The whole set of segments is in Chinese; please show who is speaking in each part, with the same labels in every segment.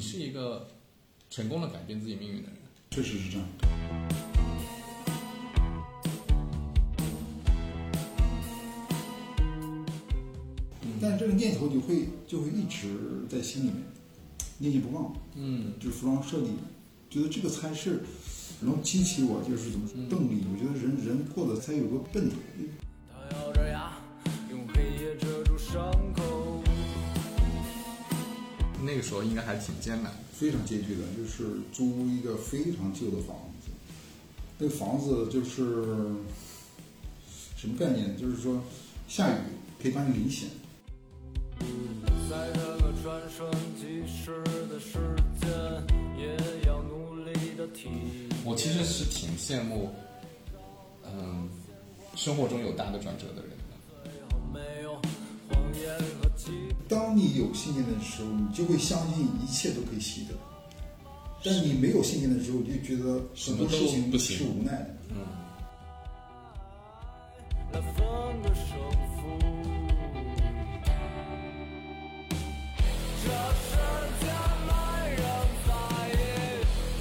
Speaker 1: 是一个成功的改变自己命运的人。
Speaker 2: 确实是这样。但是这个念头你会就会一直在心里面，念念不忘。
Speaker 1: 嗯，
Speaker 2: 就是服装设计，觉得这个才是能激起我就是怎么说动力。我觉得人人过得才有个奔头。
Speaker 3: 他咬着牙，用黑夜遮住伤口。
Speaker 1: 那个时候应该还挺艰难的。
Speaker 2: 非常拮据的，就是租一个非常旧的房子。那个房子就是什么概念？就是说下雨可以帮你淋显，
Speaker 3: 在这个转瞬即逝的世界，也要努力的体验。
Speaker 1: 我其实是挺羡慕，嗯，生活中有大的转折的人的。
Speaker 3: 最后没有谎言和期
Speaker 2: 当你有信念的时候，你就会相信一切都可以习得；但你没有信念的时候，你就觉得很多事
Speaker 1: 什么都不行
Speaker 2: 情是无奈的。
Speaker 3: 来分割胜负。这世界没人在意，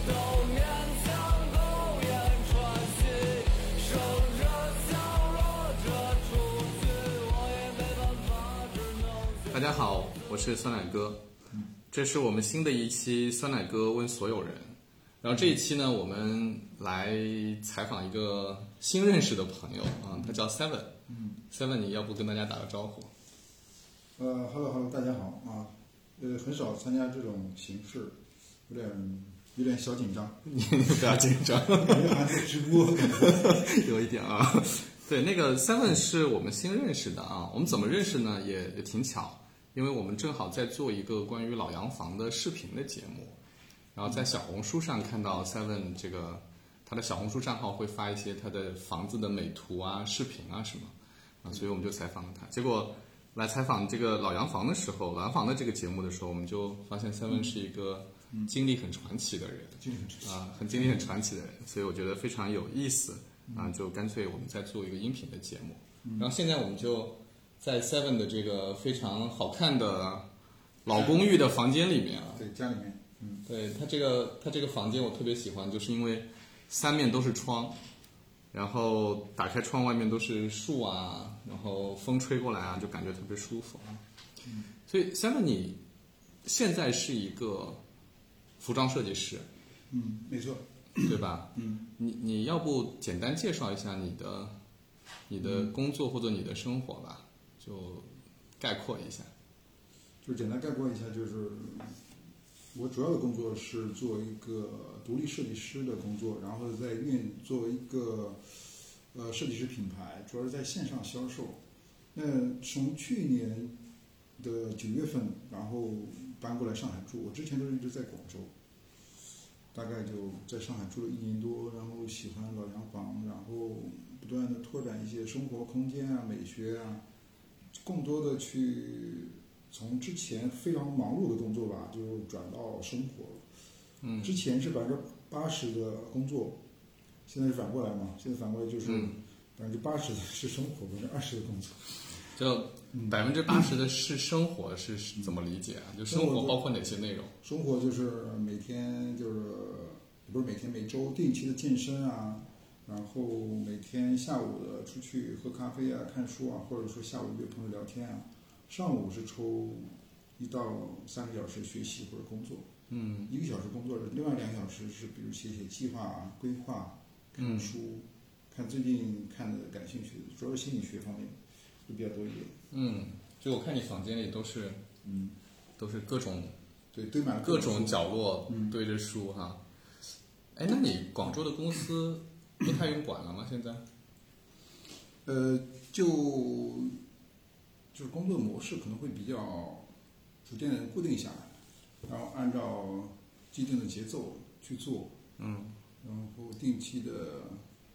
Speaker 3: 都勉强苟延喘息，生着笑，落着出去，我也没办法，只能。
Speaker 1: 大家好，我是酸奶哥，这是我们新的一期酸奶哥问所有人。然后这一期呢，我们来采访一个新认识的朋友啊，他叫 Seven。Seven，你要不跟大家打个招呼？
Speaker 2: 呃哈喽哈喽，大家好啊，呃，很少参加这种形式，有点有点小紧张，
Speaker 1: 你不要紧张。
Speaker 2: 感觉还在直播，感觉
Speaker 1: 有一点啊。对，那个 Seven 是我们新认识的啊，我们怎么认识呢？也也挺巧，因为我们正好在做一个关于老洋房的视频的节目，然后在小红书上看到 Seven 这个他的小红书账号会发一些他的房子的美图啊、视频啊什么啊，所以我们就采访了他。结果来采访这个老洋房的时候，老洋房的这个节目的时候，我们就发现 Seven 是一个经历很传奇的人。啊，很经历很传奇的人，所以我觉得非常有意思啊，就干脆我们再做一个音频的节目。然后现在我们就在 Seven 的这个非常好看的老公寓的房间里面啊，
Speaker 2: 对家里面，嗯，
Speaker 1: 对它这个它这个房间我特别喜欢，就是因为三面都是窗，然后打开窗外面都是树啊，然后风吹过来啊，就感觉特别舒服。所以 Seven 你现在是一个服装设计师，
Speaker 2: 嗯，没错，
Speaker 1: 对吧？嗯，你你要不简单介绍一下你的你的
Speaker 2: 嗯
Speaker 1: 工作或者你的生活吧，就概括一下。
Speaker 2: 就简单概括一下，就是我主要的工作是做一个独立设计师的工作，然后在运作一个呃设计师品牌，主要是在线上销售。那从去年的九月份，然后搬过来上海住，我之前都是一直在广州，大概就在上海住了一年多，然后喜欢老洋房，然后不断的拓展一些生活空间啊、美学啊，更多的去从之前非常忙碌的工作吧，就转到生活。
Speaker 1: 嗯
Speaker 2: 之前是百分之八十的工作，现在是反过来嘛？现在反过来就是
Speaker 1: 嗯
Speaker 2: 百分之八十的是生活，百分之二十的工作。
Speaker 1: 就百分之八十的是生活是是怎么理解啊？就生
Speaker 2: 生活
Speaker 1: 活
Speaker 2: 中
Speaker 1: 包括哪些内容？
Speaker 2: 生活就是每天就是也不是每天每周定期的健身啊，然后每天下午的出去喝咖啡啊、看书啊，或者说下午约朋友聊天啊。上午是抽一到三个小时学习或者工作，
Speaker 1: 嗯
Speaker 2: 一个小时工作，另外两个小时是比如写写计划啊、规划、看
Speaker 1: 嗯
Speaker 2: 书、看最近看的感兴趣的，主要是心理学方面会比较多一点。
Speaker 1: 嗯，就我看你房间里都是
Speaker 2: 嗯，
Speaker 1: 都是各种
Speaker 2: 对，堆满了
Speaker 1: 各
Speaker 2: 种
Speaker 1: 种角落
Speaker 2: 嗯
Speaker 1: 堆着书哈。哎，那你广州的公司不太用管了吗？现在？
Speaker 2: 呃，就就是工作模式可能会比较逐渐的固定下来，然后按照既定的节奏去做，
Speaker 1: 嗯
Speaker 2: 然后定期的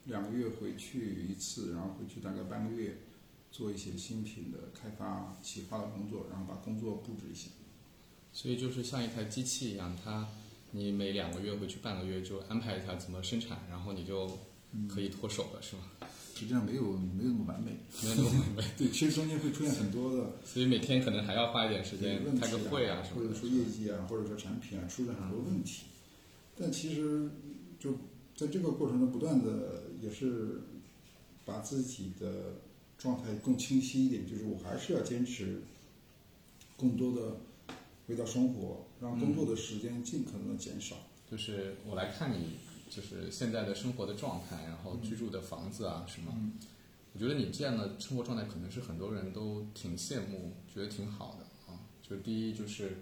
Speaker 2: 两个月回去一次，然后回去大概半个月，做一些新品的开发、企划的工作，然后把工作布置一下。
Speaker 1: 所以就是像一台机器一样，它你每嗯两个月回去半个月就安排一下怎么生产，然后你就可以脱手了，是吗？
Speaker 2: 实际上没有没有那么完美。
Speaker 1: 没有那么完美，
Speaker 2: 对，其实中间会出现很多的
Speaker 1: 所以每天可能还要花一点时间
Speaker 2: 问题
Speaker 1: 开个会啊什
Speaker 2: 或
Speaker 1: 么的。
Speaker 2: 者说业绩啊，或者说产品啊，出现很多问题。但其实就在这个过程中，不断的也是把自己的状态更清晰一点，就是我还是要坚持更多的回到生活，让工作
Speaker 1: 嗯
Speaker 2: 的时间尽可能的减少。
Speaker 1: 就是我来看你，就是现在的生活的状态，然后居住的房子啊什么。我觉得你这样的生活状态，可能是很多人都挺羡慕，觉得挺好的啊。就是第一，就是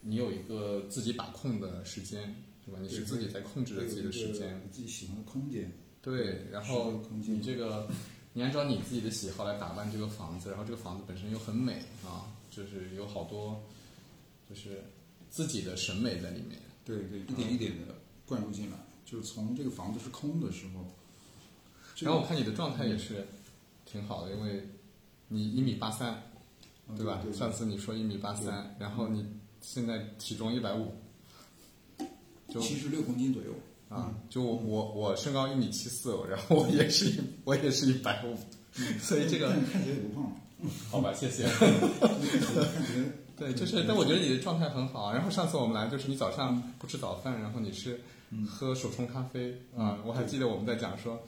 Speaker 1: 你有一个自己把控的时间，对吧？你是自己在控制着自己的时间，
Speaker 2: 自己喜欢的空间。
Speaker 1: 对，然后
Speaker 2: 是的空间
Speaker 1: 你这个，你按照你自己的喜好来打扮这个房子，然后这个房子本身又很美啊，就是有好多，就是自己的审美在里面。
Speaker 2: 对对，一点一点的嗯灌入进来，就是从这个房子是空的时候，这
Speaker 1: 然后我
Speaker 2: 个
Speaker 1: 看你的状态也是挺好的，因为你一米八三，
Speaker 2: 嗯
Speaker 1: 对吧？
Speaker 2: 对对
Speaker 1: 上次你说一米八三，然后你现在体重一百五，就
Speaker 2: 七十嗯六公斤左右，
Speaker 1: 啊，就我我我身高一米七四，然后我也是一我也是一百五，
Speaker 2: 嗯
Speaker 1: 所哎以这个
Speaker 2: 但 是看起来也不胖，
Speaker 1: 好吧，谢谢。
Speaker 2: 看起来
Speaker 1: 对，就是，但我觉得你的状态很好啊。然后上次我们来，就是你早上不吃早饭，然后你是喝手冲咖啡啊、我还记得我们在讲说，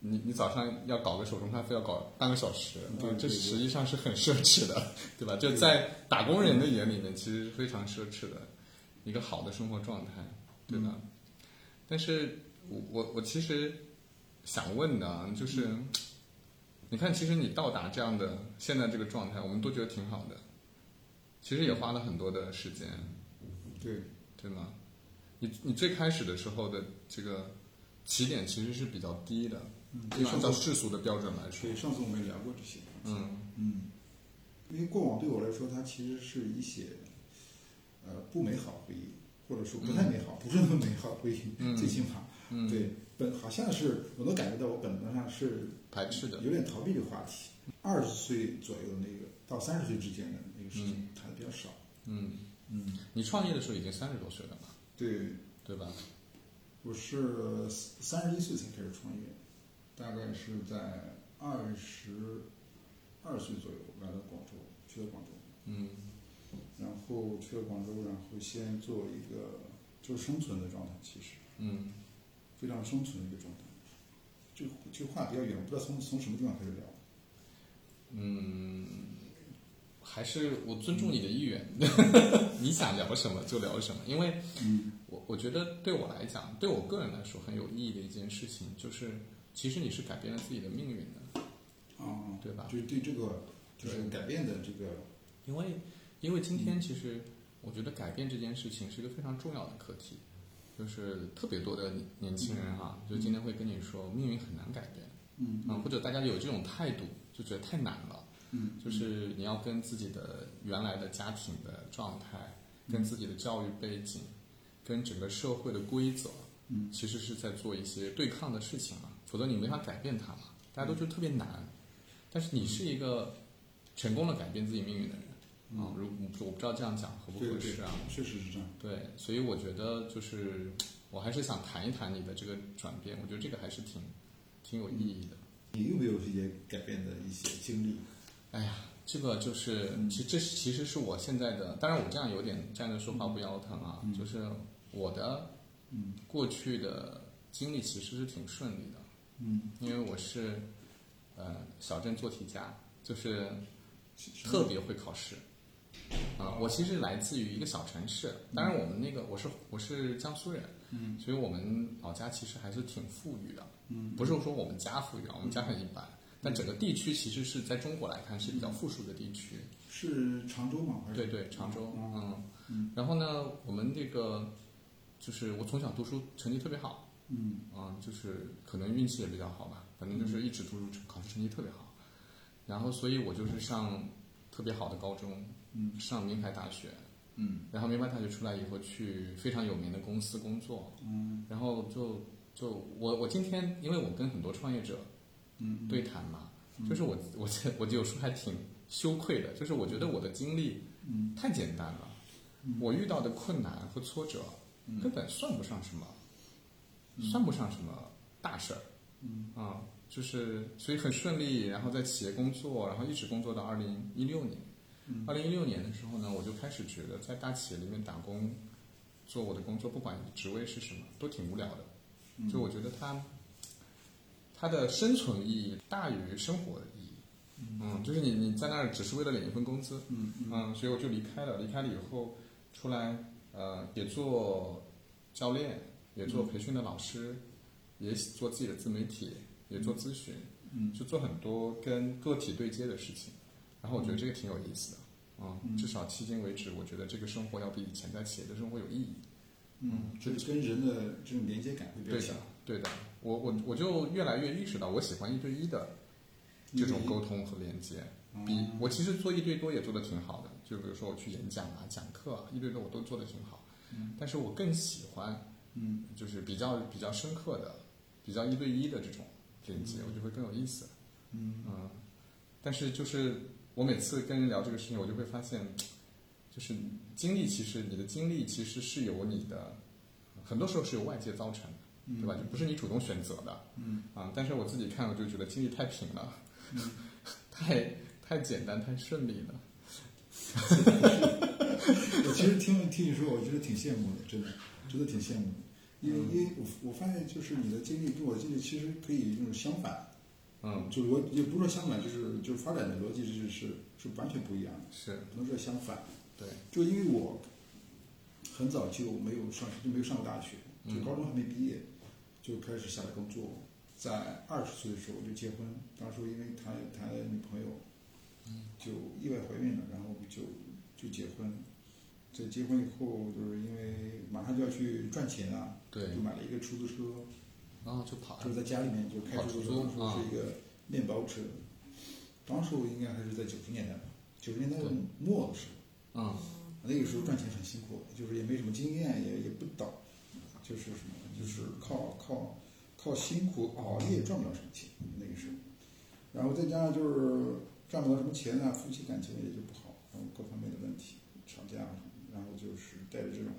Speaker 1: 你你早上要搞个手冲咖啡要搞半个小时，嗯对，这实际上是很奢侈的， 对嗯吧？就在打工人的眼里面，其实是非常奢侈的一个好的生活状态，对吧？但是我我我其实想问的啊，就是。你看，其实你到达这样的现在这个状态，我们都觉得挺好的。其实也花了很多的时间，
Speaker 2: 对，
Speaker 1: 对吗？你你最开始的时候的这个起点其实是比较低的，
Speaker 2: 嗯，
Speaker 1: 就按照
Speaker 2: 上次
Speaker 1: 世俗的标准来说
Speaker 2: 对，上次我们也聊过这些，
Speaker 1: 嗯，
Speaker 2: 嗯，因为过往对我来说，它其实是一些呃不美好回忆，或者说不太美好，不是那么美好回忆，
Speaker 1: 嗯
Speaker 2: 最起码，
Speaker 1: 嗯
Speaker 2: 对，本好像是我能感觉到我本能上是
Speaker 1: 排斥的，
Speaker 2: 有点逃避这个话题。二十岁左右的那个到三十岁之间的那个事情谈的比较少。
Speaker 1: 嗯，
Speaker 2: 嗯，
Speaker 1: 你创业的时候已经三十多岁了嘛，
Speaker 2: 对，
Speaker 1: 对吧？
Speaker 2: 我是三十一岁才开始创业，大概是在二十二岁左右来到广州，去了广州，
Speaker 1: 嗯
Speaker 2: 然后去了广州，然后先做一个就是生存的状态，其实
Speaker 1: 嗯，
Speaker 2: 非常生存的一个状态。这这话比较远，我不知道从从什么地方开始聊。
Speaker 1: 嗯还是我尊重你的意愿， 你想聊什么就聊什么，因为
Speaker 2: 嗯
Speaker 1: 我我觉得对我来讲，对我个人来说很有意义的一件事情，就是其实你是改变了自己的命运的。
Speaker 2: 啊，
Speaker 1: 对吧
Speaker 2: 就是对这个就是改变的这个
Speaker 1: 因为，因为今天其实我觉得改变这件事情是一个非常重要的课题，就是特别多的年轻人哈、就今天会跟你说命运很难改变，
Speaker 2: 嗯
Speaker 1: 啊，或者大家有这种态度，就觉得太难了，
Speaker 2: 嗯
Speaker 1: 就是你要跟自己的原来的家庭的状态，跟自己的教育背景，跟整个社会的规则，
Speaker 2: 嗯
Speaker 1: 其实是在做一些对抗的事情嘛，否则你没法改变它嘛，大家都觉得特别难，但是你是一个成功的改变自己命运的人。啊、如我不知道这样讲合不
Speaker 2: 嗯对
Speaker 1: 合
Speaker 2: 对
Speaker 1: 适啊？
Speaker 2: 确实是这样。
Speaker 1: 对，所以我觉得就是，我还是想谈一谈你的这个转变，我觉得这个还是挺挺有意义的。
Speaker 2: 你有没有这些改变的一些经历？
Speaker 1: 哎呀，这个就是，嗯其这是其实是我现在的，当然我这样有点站着说话不腰疼啊，就是我的
Speaker 2: 嗯
Speaker 1: 过去的经历其实是挺顺利的，
Speaker 2: 嗯，
Speaker 1: 因为我是呃小镇做题家，就是特别会考试。啊，我其实来自于一个小城市，当然我们那个我是我是江苏人，
Speaker 2: 嗯
Speaker 1: 所以我们老家其实还是挺富裕的，
Speaker 2: 嗯
Speaker 1: 不是说我们家富裕啊，我们家很一般，但整个地区其实是在中国来看是
Speaker 2: 嗯
Speaker 1: 比较富庶的地区，
Speaker 2: 是常州吗？还是
Speaker 1: 对对，常州，
Speaker 2: 嗯
Speaker 1: 嗯，
Speaker 2: 嗯
Speaker 1: 然后呢，我们这个就是我从小读书成绩特别好，
Speaker 2: 嗯
Speaker 1: 啊、就是可能运气也比较好吧，反正就是一直读书成考试成绩特别好，然后所以我就是上特别好的高中，
Speaker 2: 嗯
Speaker 1: 上名牌大学，
Speaker 2: 嗯
Speaker 1: 然后名牌大学出来以后去非常有名的公司工作，
Speaker 2: 嗯
Speaker 1: 然后就就我我今天因为我跟很多创业者
Speaker 2: 嗯，
Speaker 1: 对谈嘛，就是我我这我有时候还挺羞愧的，就是我觉得我的经历
Speaker 2: 嗯
Speaker 1: 太简单了，我遇到的困难和挫折
Speaker 2: 嗯
Speaker 1: 嗯根本算不上什么，算不上什么大事儿，
Speaker 2: 嗯
Speaker 1: 啊、就是所以很顺利，然后在企业工作，然后一直工作到二零一六年。
Speaker 2: 嗯
Speaker 1: 二零一六年的时候呢，我就开始觉得在大企业里面打工，做我的工作，不管职位是什么，都挺无聊的。
Speaker 2: 嗯
Speaker 1: 就我觉得它，它的生存意义大于生活的意义。嗯，就是你你在那儿只是为了领一份工资，
Speaker 2: 嗯嗯
Speaker 1: 嗯，所以我就离开了。离开了以后，出来呃也做教练，也做
Speaker 2: 嗯
Speaker 1: 培训的老师，也做自己的自媒体，也做咨询，
Speaker 2: 嗯
Speaker 1: 就做很多跟个体对接的事情。然后我觉得这个挺有意思的，嗯，
Speaker 2: 嗯
Speaker 1: 至少迄今为止，我觉得这个生活要比以前在企业的生活有意义。
Speaker 2: 嗯，就是跟人的这种连接感会比较
Speaker 1: 对的
Speaker 2: 强。，
Speaker 1: 对的，我我我就越来越意识到，我喜欢一对一的这种沟通和连接。比
Speaker 2: 嗯
Speaker 1: 我其实做一对多也做得挺好的，就比如说我去演讲啊、讲课啊，一对多我都做得挺好。
Speaker 2: 嗯
Speaker 1: 但是我更喜欢
Speaker 2: 嗯
Speaker 1: 就是比较比较深刻的、比较一对一的这种连接，我就会更有意思。
Speaker 2: 嗯
Speaker 1: 嗯，但是就是我每次跟人聊这个事情，我就会发现，就是经历其实你的经历其实是由你的，很多时候是由外界造成的。
Speaker 2: 嗯，
Speaker 1: 对吧？就不是你主动选择的
Speaker 2: 嗯
Speaker 1: 啊。但是我自己看，我就觉得经历太平了，
Speaker 2: 嗯
Speaker 1: 太太简单，太顺利了。
Speaker 2: 我其实听听你说，我觉得挺羡慕的，真的，真的挺羡慕的。因
Speaker 1: 嗯
Speaker 2: 为因为我我发现就是你的经历跟我经历其实可以那种相反，
Speaker 1: 嗯，
Speaker 2: 就逻也不是说相反，就是就是发展的逻辑是是是完全不一样的，
Speaker 1: 是
Speaker 2: 不能说相反。
Speaker 1: 对，
Speaker 2: 就因为我很早就没有上就没有上过大学，
Speaker 1: 嗯
Speaker 2: 就高中还没毕业，就开始下来工作。在二十岁的时候我就结婚，当时因为谈谈了女朋友，
Speaker 1: 嗯
Speaker 2: 就意外怀孕了，然后就就结婚。这结婚以后，就是因为马上就要去赚钱啊，
Speaker 1: 对
Speaker 2: 就买了一个出租车，
Speaker 1: 然后就跑
Speaker 2: 就是在家里面就开出租车，
Speaker 1: 跑出租
Speaker 2: 当时是一个面包车。当时我应该还是在九十年代吧，九十年代
Speaker 1: 对
Speaker 2: 末的时候。
Speaker 1: 嗯，
Speaker 2: 那个时候赚钱很辛苦，就是也没什么经验，也也不懂，就是什么，就是靠靠靠辛苦熬夜赚不了什么钱，那个时候，然后再加上就是赚不到什么钱啊，夫妻感情也就不好，然后各方面的问题，吵架，啊然后就是带着这种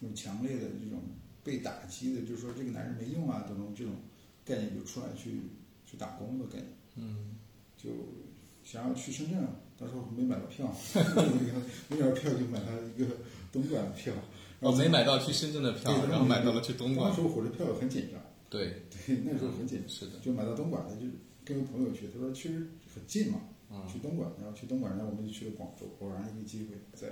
Speaker 2: 这种强烈的这种被打击的，就是说这个男人没用啊等等这种概念就出来去去打工的概念。
Speaker 1: 嗯，
Speaker 2: 就想要去深圳，但是我没买到票， 没买到票就买了一个东莞的票。然
Speaker 1: 我
Speaker 2: 后
Speaker 1: 哦没买到去深圳的票，然后买到了去东莞
Speaker 2: 那。时候火车票很紧张，
Speaker 1: 对，
Speaker 2: 对，那时候很紧张，
Speaker 1: 是的，
Speaker 2: 就买到东莞的，就跟个朋友去，他说其实很近嘛，
Speaker 1: 嗯
Speaker 2: 去东莞，然后去东莞，然后我们就去了广州，偶然一个机会，在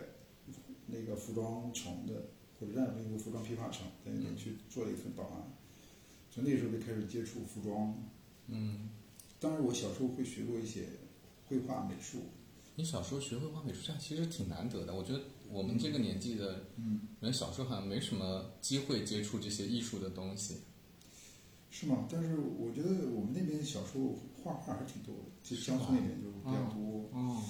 Speaker 2: 那个服装城的火车站有一个服装批发城，在那里去做了一份保安，从那时候就开始接触服装。
Speaker 1: 嗯，
Speaker 2: 当然，我小时候会学过一些绘画、美术，
Speaker 1: 你小时候学绘画美术，这样其实挺难得的。我觉得我们这个年纪的
Speaker 2: 嗯，
Speaker 1: 人，小时候好像没什么机会接触这些艺术的东西。
Speaker 2: 是吗？但是我觉得我们那边小时候画画还挺多的，就乡村那边就比较多。
Speaker 1: 哦，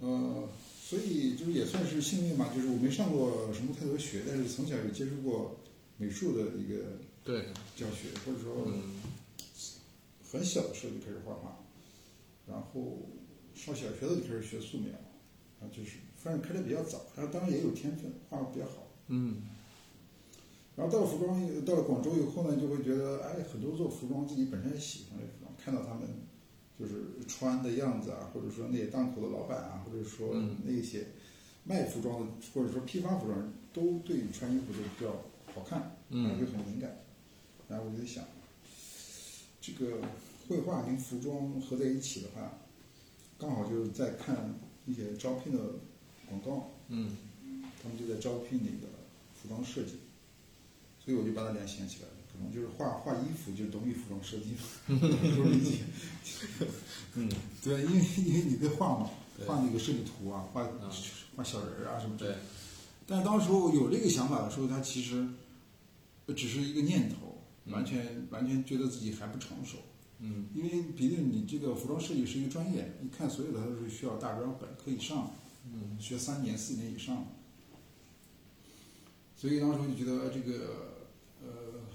Speaker 2: 呃，所以就是也算是幸运吧，就是我没上过什么太多学，但是从小有接触过美术的一个
Speaker 1: 对，
Speaker 2: 教学，或者说
Speaker 1: 嗯
Speaker 2: 很小的时候就开始画画，然后上小学的就开始学素描，啊，就是反正开的比较早，然后当然也有天分，画的比较好。
Speaker 1: 嗯，
Speaker 2: 然后到了服装以，到了广州以后呢，就会觉得，哎，很多做服装自己本身也喜欢这服装，看到他们就是穿的样子啊，或者说那些档口的老板啊，或者说
Speaker 1: 嗯
Speaker 2: 那些卖服装的，或者说批发服装人，都对你穿衣服都比较好看，
Speaker 1: 嗯
Speaker 2: 然后就很敏感。然后我就想，这个绘画跟服装合在一起的话，刚好就是在看一些招聘的广告，
Speaker 1: 嗯，
Speaker 2: 他们就在招聘那个服装设计，所以我就把它联系起来了。可能就是画画衣服，就等于服装设计嘛， 不理解。
Speaker 1: 嗯，
Speaker 2: 对，因为因为你在画嘛，
Speaker 1: 对
Speaker 2: 画那个设计图啊，画
Speaker 1: 嗯
Speaker 2: 画小人儿啊什么之类
Speaker 1: 对
Speaker 2: 的。，但是当时候有这个想法的时候，他其实呃只是一个念头，
Speaker 1: 嗯
Speaker 2: 完全完全觉得自己还不成熟。
Speaker 1: 嗯
Speaker 2: 因为毕竟你这个服装设计是一个专业，你看所有的它都是需要大专本科以上的。
Speaker 1: 嗯
Speaker 2: 学三年四年以上，所以当时我就觉得这个呃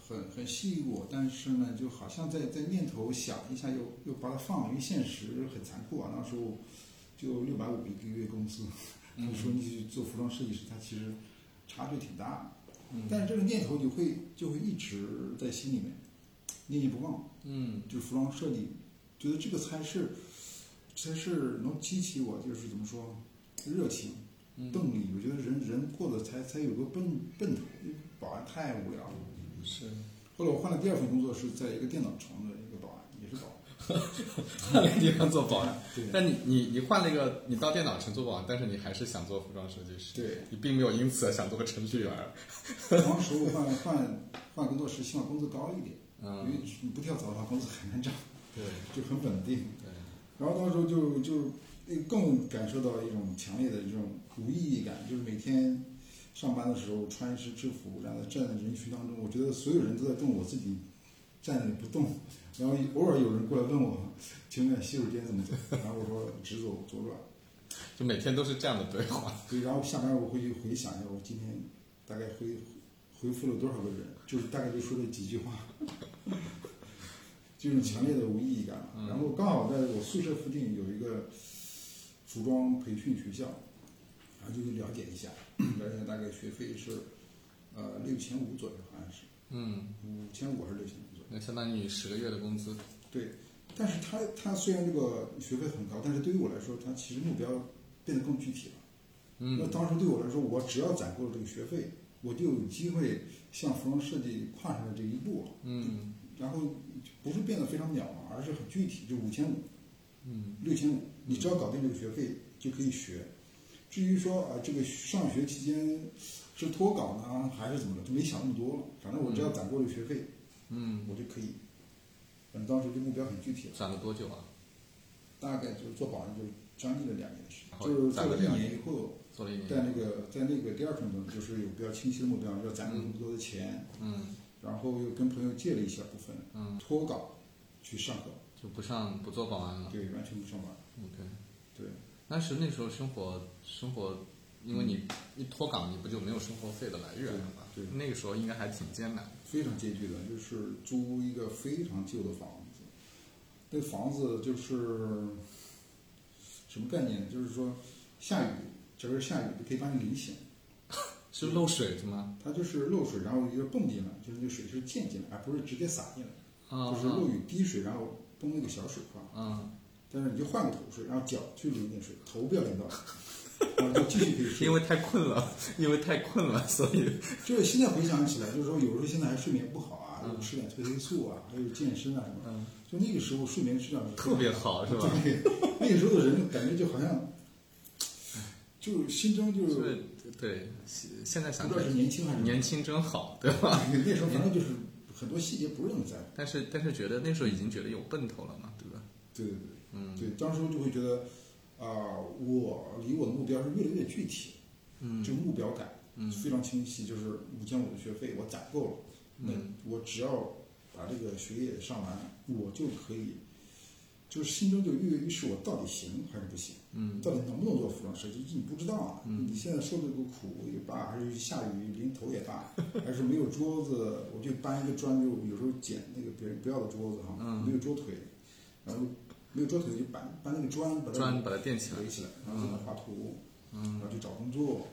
Speaker 2: 很很吸引我，但是呢，就好像在在念头想一下又又把它放了，因为现实很残酷啊，那时候就六百五一个月工资，
Speaker 1: 嗯
Speaker 2: 你说你去做服装设计师，它其实差距挺大的，
Speaker 1: 嗯
Speaker 2: 但是这个念头就会就会一直在心里面，念念不忘，
Speaker 1: 嗯
Speaker 2: 就服装设计，觉得这个才是才是能激起我就是怎么说热情
Speaker 1: 嗯，
Speaker 2: 动力。我觉得人人过得才才有个奔奔头，保安太无聊了。
Speaker 1: 是
Speaker 2: 后来我换了第二份工作，是在一个电脑城的一个保安，也是保安。
Speaker 1: 换了个地方做保安。
Speaker 2: 对
Speaker 1: 但你你你换了一个，你到电脑城做保安，但是你还是想做服装设计师。
Speaker 2: 对
Speaker 1: 你并没有因此想做个程序员儿。
Speaker 2: 当时我换换换工作是希望工资高一点，因为
Speaker 1: 嗯，
Speaker 2: 你不跳槽的话，工资很难涨，
Speaker 1: 对
Speaker 2: 就很稳定。
Speaker 1: 对，
Speaker 2: 然后到时候就就那更感受到一种强烈的这种无意义感，就是每天上班的时候穿一身制服，然后站在人群当中，我觉得所有人都在动，我自己站着不动。然后偶尔有人过来问我，请问洗手间怎么走？然后我说直走左转。
Speaker 1: 就每天都是这样的对话。
Speaker 2: 对，然后下班我会去回想一下，我今天大概回回复了多少个人，就是大概就说了几句话， 就是强烈的无意义感。啊然后刚好在我宿舍附近有一个服装培训学校，然后就去了解一下，了解大概学费是呃六千五左右，好像是
Speaker 1: 嗯，
Speaker 2: 五千五还是六千五左右。
Speaker 1: 那相当于你十个月的工资。
Speaker 2: 对，但是它它虽然这个学费很高，但是对于我来说，它其实目标变得更具体了。那
Speaker 1: 嗯
Speaker 2: 当时对我来说，我只要攒够了这个学费，我就有机会向服装设计跨上了这一步。
Speaker 1: 嗯
Speaker 2: 然后就不是变得非常渺茫，而是很具体，就五千五、
Speaker 1: 嗯
Speaker 2: 六千五，你只要搞定这个学费就可以学。至于说啊，这个上学期间是脱稿呢，还是怎么了，就没想那么多了。反正我只要攒够了学费，
Speaker 1: 嗯，
Speaker 2: 我就可以。反正当时这目标很具体了，
Speaker 1: 攒了多久啊？
Speaker 2: 大概就是做保安就将近了两年的时间
Speaker 1: 然，后
Speaker 2: 就是做
Speaker 1: 攒了
Speaker 2: 了一
Speaker 1: 两
Speaker 2: 年
Speaker 1: 年
Speaker 2: 以后。
Speaker 1: 做了一
Speaker 2: 在
Speaker 1: 年。
Speaker 2: 那个在那个第二份工作，就是有比较清晰的目标，要攒够那么多的钱，
Speaker 1: 嗯
Speaker 2: 然后又跟朋友借了一小部分，
Speaker 1: 嗯，
Speaker 2: 脱稿去上课，
Speaker 1: 就不上不做保安了。
Speaker 2: 对，完全不上班，
Speaker 1: OK。
Speaker 2: 对，
Speaker 1: 但是那时候生活生活，因为你一脱岗，你不就没有生活费的来源了吗？
Speaker 2: 对对
Speaker 1: 那个时候应该还挺艰难。
Speaker 2: 非常拮据的，就是租一个非常旧的房子，那房子就是什么概念呢？就是说下雨，只要是下雨就可以把你淋醒，
Speaker 1: 是漏水是吗？
Speaker 2: 它就是漏水，然后一个泵进来，就是那个水是溅进来，而不是直接洒进来，
Speaker 1: 啊，
Speaker 2: 就是漏雨滴水，然后崩那个小水花。
Speaker 1: 嗯，
Speaker 2: 但是你就换个头睡，然后脚去淋点水，头不要 淋到，然后就继续可以睡。
Speaker 1: 因为太困了，因为太困了，所以
Speaker 2: 就是现在回想起来，就是说有时候现在还睡眠不好啊，就吃点褪黑素啊，还有健身啊什么。
Speaker 1: 嗯
Speaker 2: 就那个时候睡眠质量是
Speaker 1: 特别好，是吧？
Speaker 2: 对， 那个时候的人感觉就好像，就是心中就
Speaker 1: 就是是嗯对，现现在想
Speaker 2: 不
Speaker 1: 起
Speaker 2: 知道是
Speaker 1: 来，
Speaker 2: 年轻还是
Speaker 1: 年轻真好，对吧？
Speaker 2: 那时候反正就是很多细节不是那么在乎。
Speaker 1: 但是但是觉得那时候已经觉得有奔头了嘛，对吧？
Speaker 2: 对对对，
Speaker 1: 嗯
Speaker 2: 对，当时就会觉得啊、我离我的目标是越来越具体。
Speaker 1: 嗯
Speaker 2: 这个目标感，
Speaker 1: 嗯
Speaker 2: 非常清晰，就是五千五的学费我攒够了，那
Speaker 1: 嗯
Speaker 2: 我只要把这个学业上完，我就可以，就是心中就跃跃欲试，我到底行还是不行，
Speaker 1: 嗯
Speaker 2: 到底能不能做服装设计，你不知道啊，
Speaker 1: 嗯
Speaker 2: 你现在受这个苦也罢，还是下雨淋头也罢，还是没有桌子，我就搬一个砖，就有时候捡那个别人不要的桌子哈，
Speaker 1: 嗯
Speaker 2: 没有桌腿，然后没有桌腿就搬搬那个砖，把它
Speaker 1: 砖把它垫起来
Speaker 2: 围起来，然后在那画图，
Speaker 1: 嗯
Speaker 2: 然后去找工作，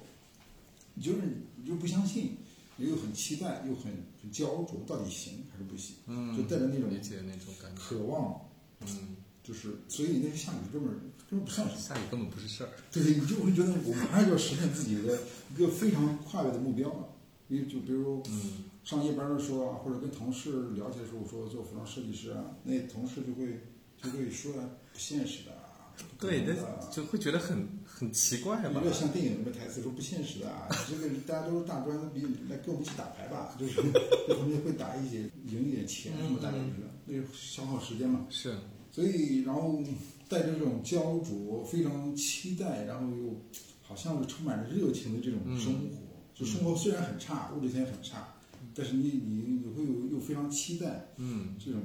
Speaker 2: 你就是你就不相信，你又很期待，又很很焦灼，到底行还是不行？
Speaker 1: 嗯，
Speaker 2: 就带着那种
Speaker 1: 理解那种感觉，
Speaker 2: 渴望，
Speaker 1: 嗯，
Speaker 2: 就是所以那个下雨根本根本不算什么，
Speaker 1: 下雨根本不是事儿，
Speaker 2: 对你就会觉得我马上就要实现自己的一个非常跨越的目标了。因为就比如说
Speaker 1: 嗯
Speaker 2: 上夜班的时候啊，或者跟同事聊起来的时候，我说做服装设计师啊，那同事就会就会说啊不现实的啊，不可
Speaker 1: 对，
Speaker 2: 能
Speaker 1: 那
Speaker 2: 的啊
Speaker 1: 就会觉得很很奇怪
Speaker 2: 有
Speaker 1: 吧
Speaker 2: 点？像电影里面台词说不现实的啊，你这个大家都是大专的毕业，来跟我们一起打牌吧，就是就同学会打一些赢一点钱什么大概就是，
Speaker 1: 嗯
Speaker 2: 那就消耗时间嘛。
Speaker 1: 是，
Speaker 2: 所以然后带着这种焦灼，非常期待，然后又好像是充满了热情的这种生活，
Speaker 1: 嗯
Speaker 2: 就生活虽然很差，物质条件很差，但是你你你会有又非常期待，
Speaker 1: 嗯，
Speaker 2: 这种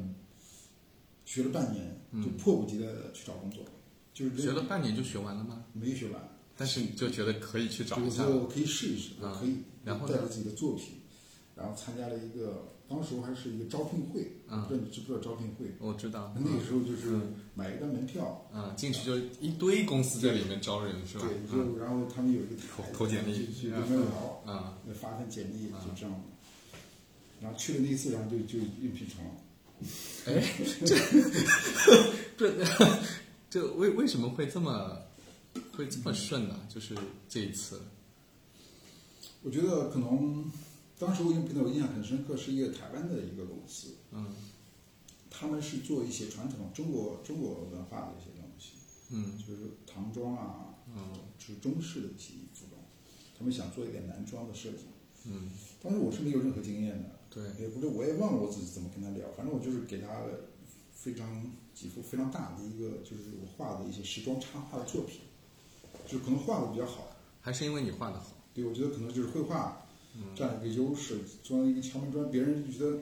Speaker 2: 学了半年就迫不及待的去找工作，就是这
Speaker 1: 学了半年就学完了吗？
Speaker 2: 没学完。
Speaker 1: 但是你就觉得可以去找一
Speaker 2: 我觉
Speaker 1: 下
Speaker 2: 得我可以试一试，我可以
Speaker 1: 嗯然后呢
Speaker 2: 带着自己的作品，然后参加了一个，当时还是一个招聘会，
Speaker 1: 嗯
Speaker 2: 不知道你知不知道招聘会？
Speaker 1: 我知道，
Speaker 2: 那个时候就是买一张门票，
Speaker 1: 嗯，进去就一堆公司在里面招人是吧？
Speaker 2: 对，你
Speaker 1: 嗯
Speaker 2: 就然后他们有一个台，
Speaker 1: 投投简历
Speaker 2: 去去
Speaker 1: 嗯
Speaker 2: 跟人聊，
Speaker 1: 嗯
Speaker 2: 发份简历
Speaker 1: 嗯
Speaker 2: 就这样，然后去了那一次，然后就就应聘成了，
Speaker 1: 哎，这这 这为为什么会这么会这么顺呢？就是这一次，
Speaker 2: 我觉得可能当时我印对我印象很深刻，是一个台湾的一个公司，
Speaker 1: 嗯
Speaker 2: 他们是做一些传统中国中国文化的一些东西，
Speaker 1: 嗯
Speaker 2: 就是唐装啊，
Speaker 1: 嗯
Speaker 2: 就是中式的一些服装，他们想做一点男装的设计。
Speaker 1: 嗯，
Speaker 2: 当时我是没有任何经验的，
Speaker 1: 对，
Speaker 2: 也不是我也忘了我自己怎么跟他聊，反正我就是给他非常几幅非常大的一个就是我画的一些时装插画的作品，就是可能画的比较好，
Speaker 1: 还是因为你画的好，
Speaker 2: 对，我觉得可能就是绘画占了一个优势，作为一个敲门砖，别人就觉得，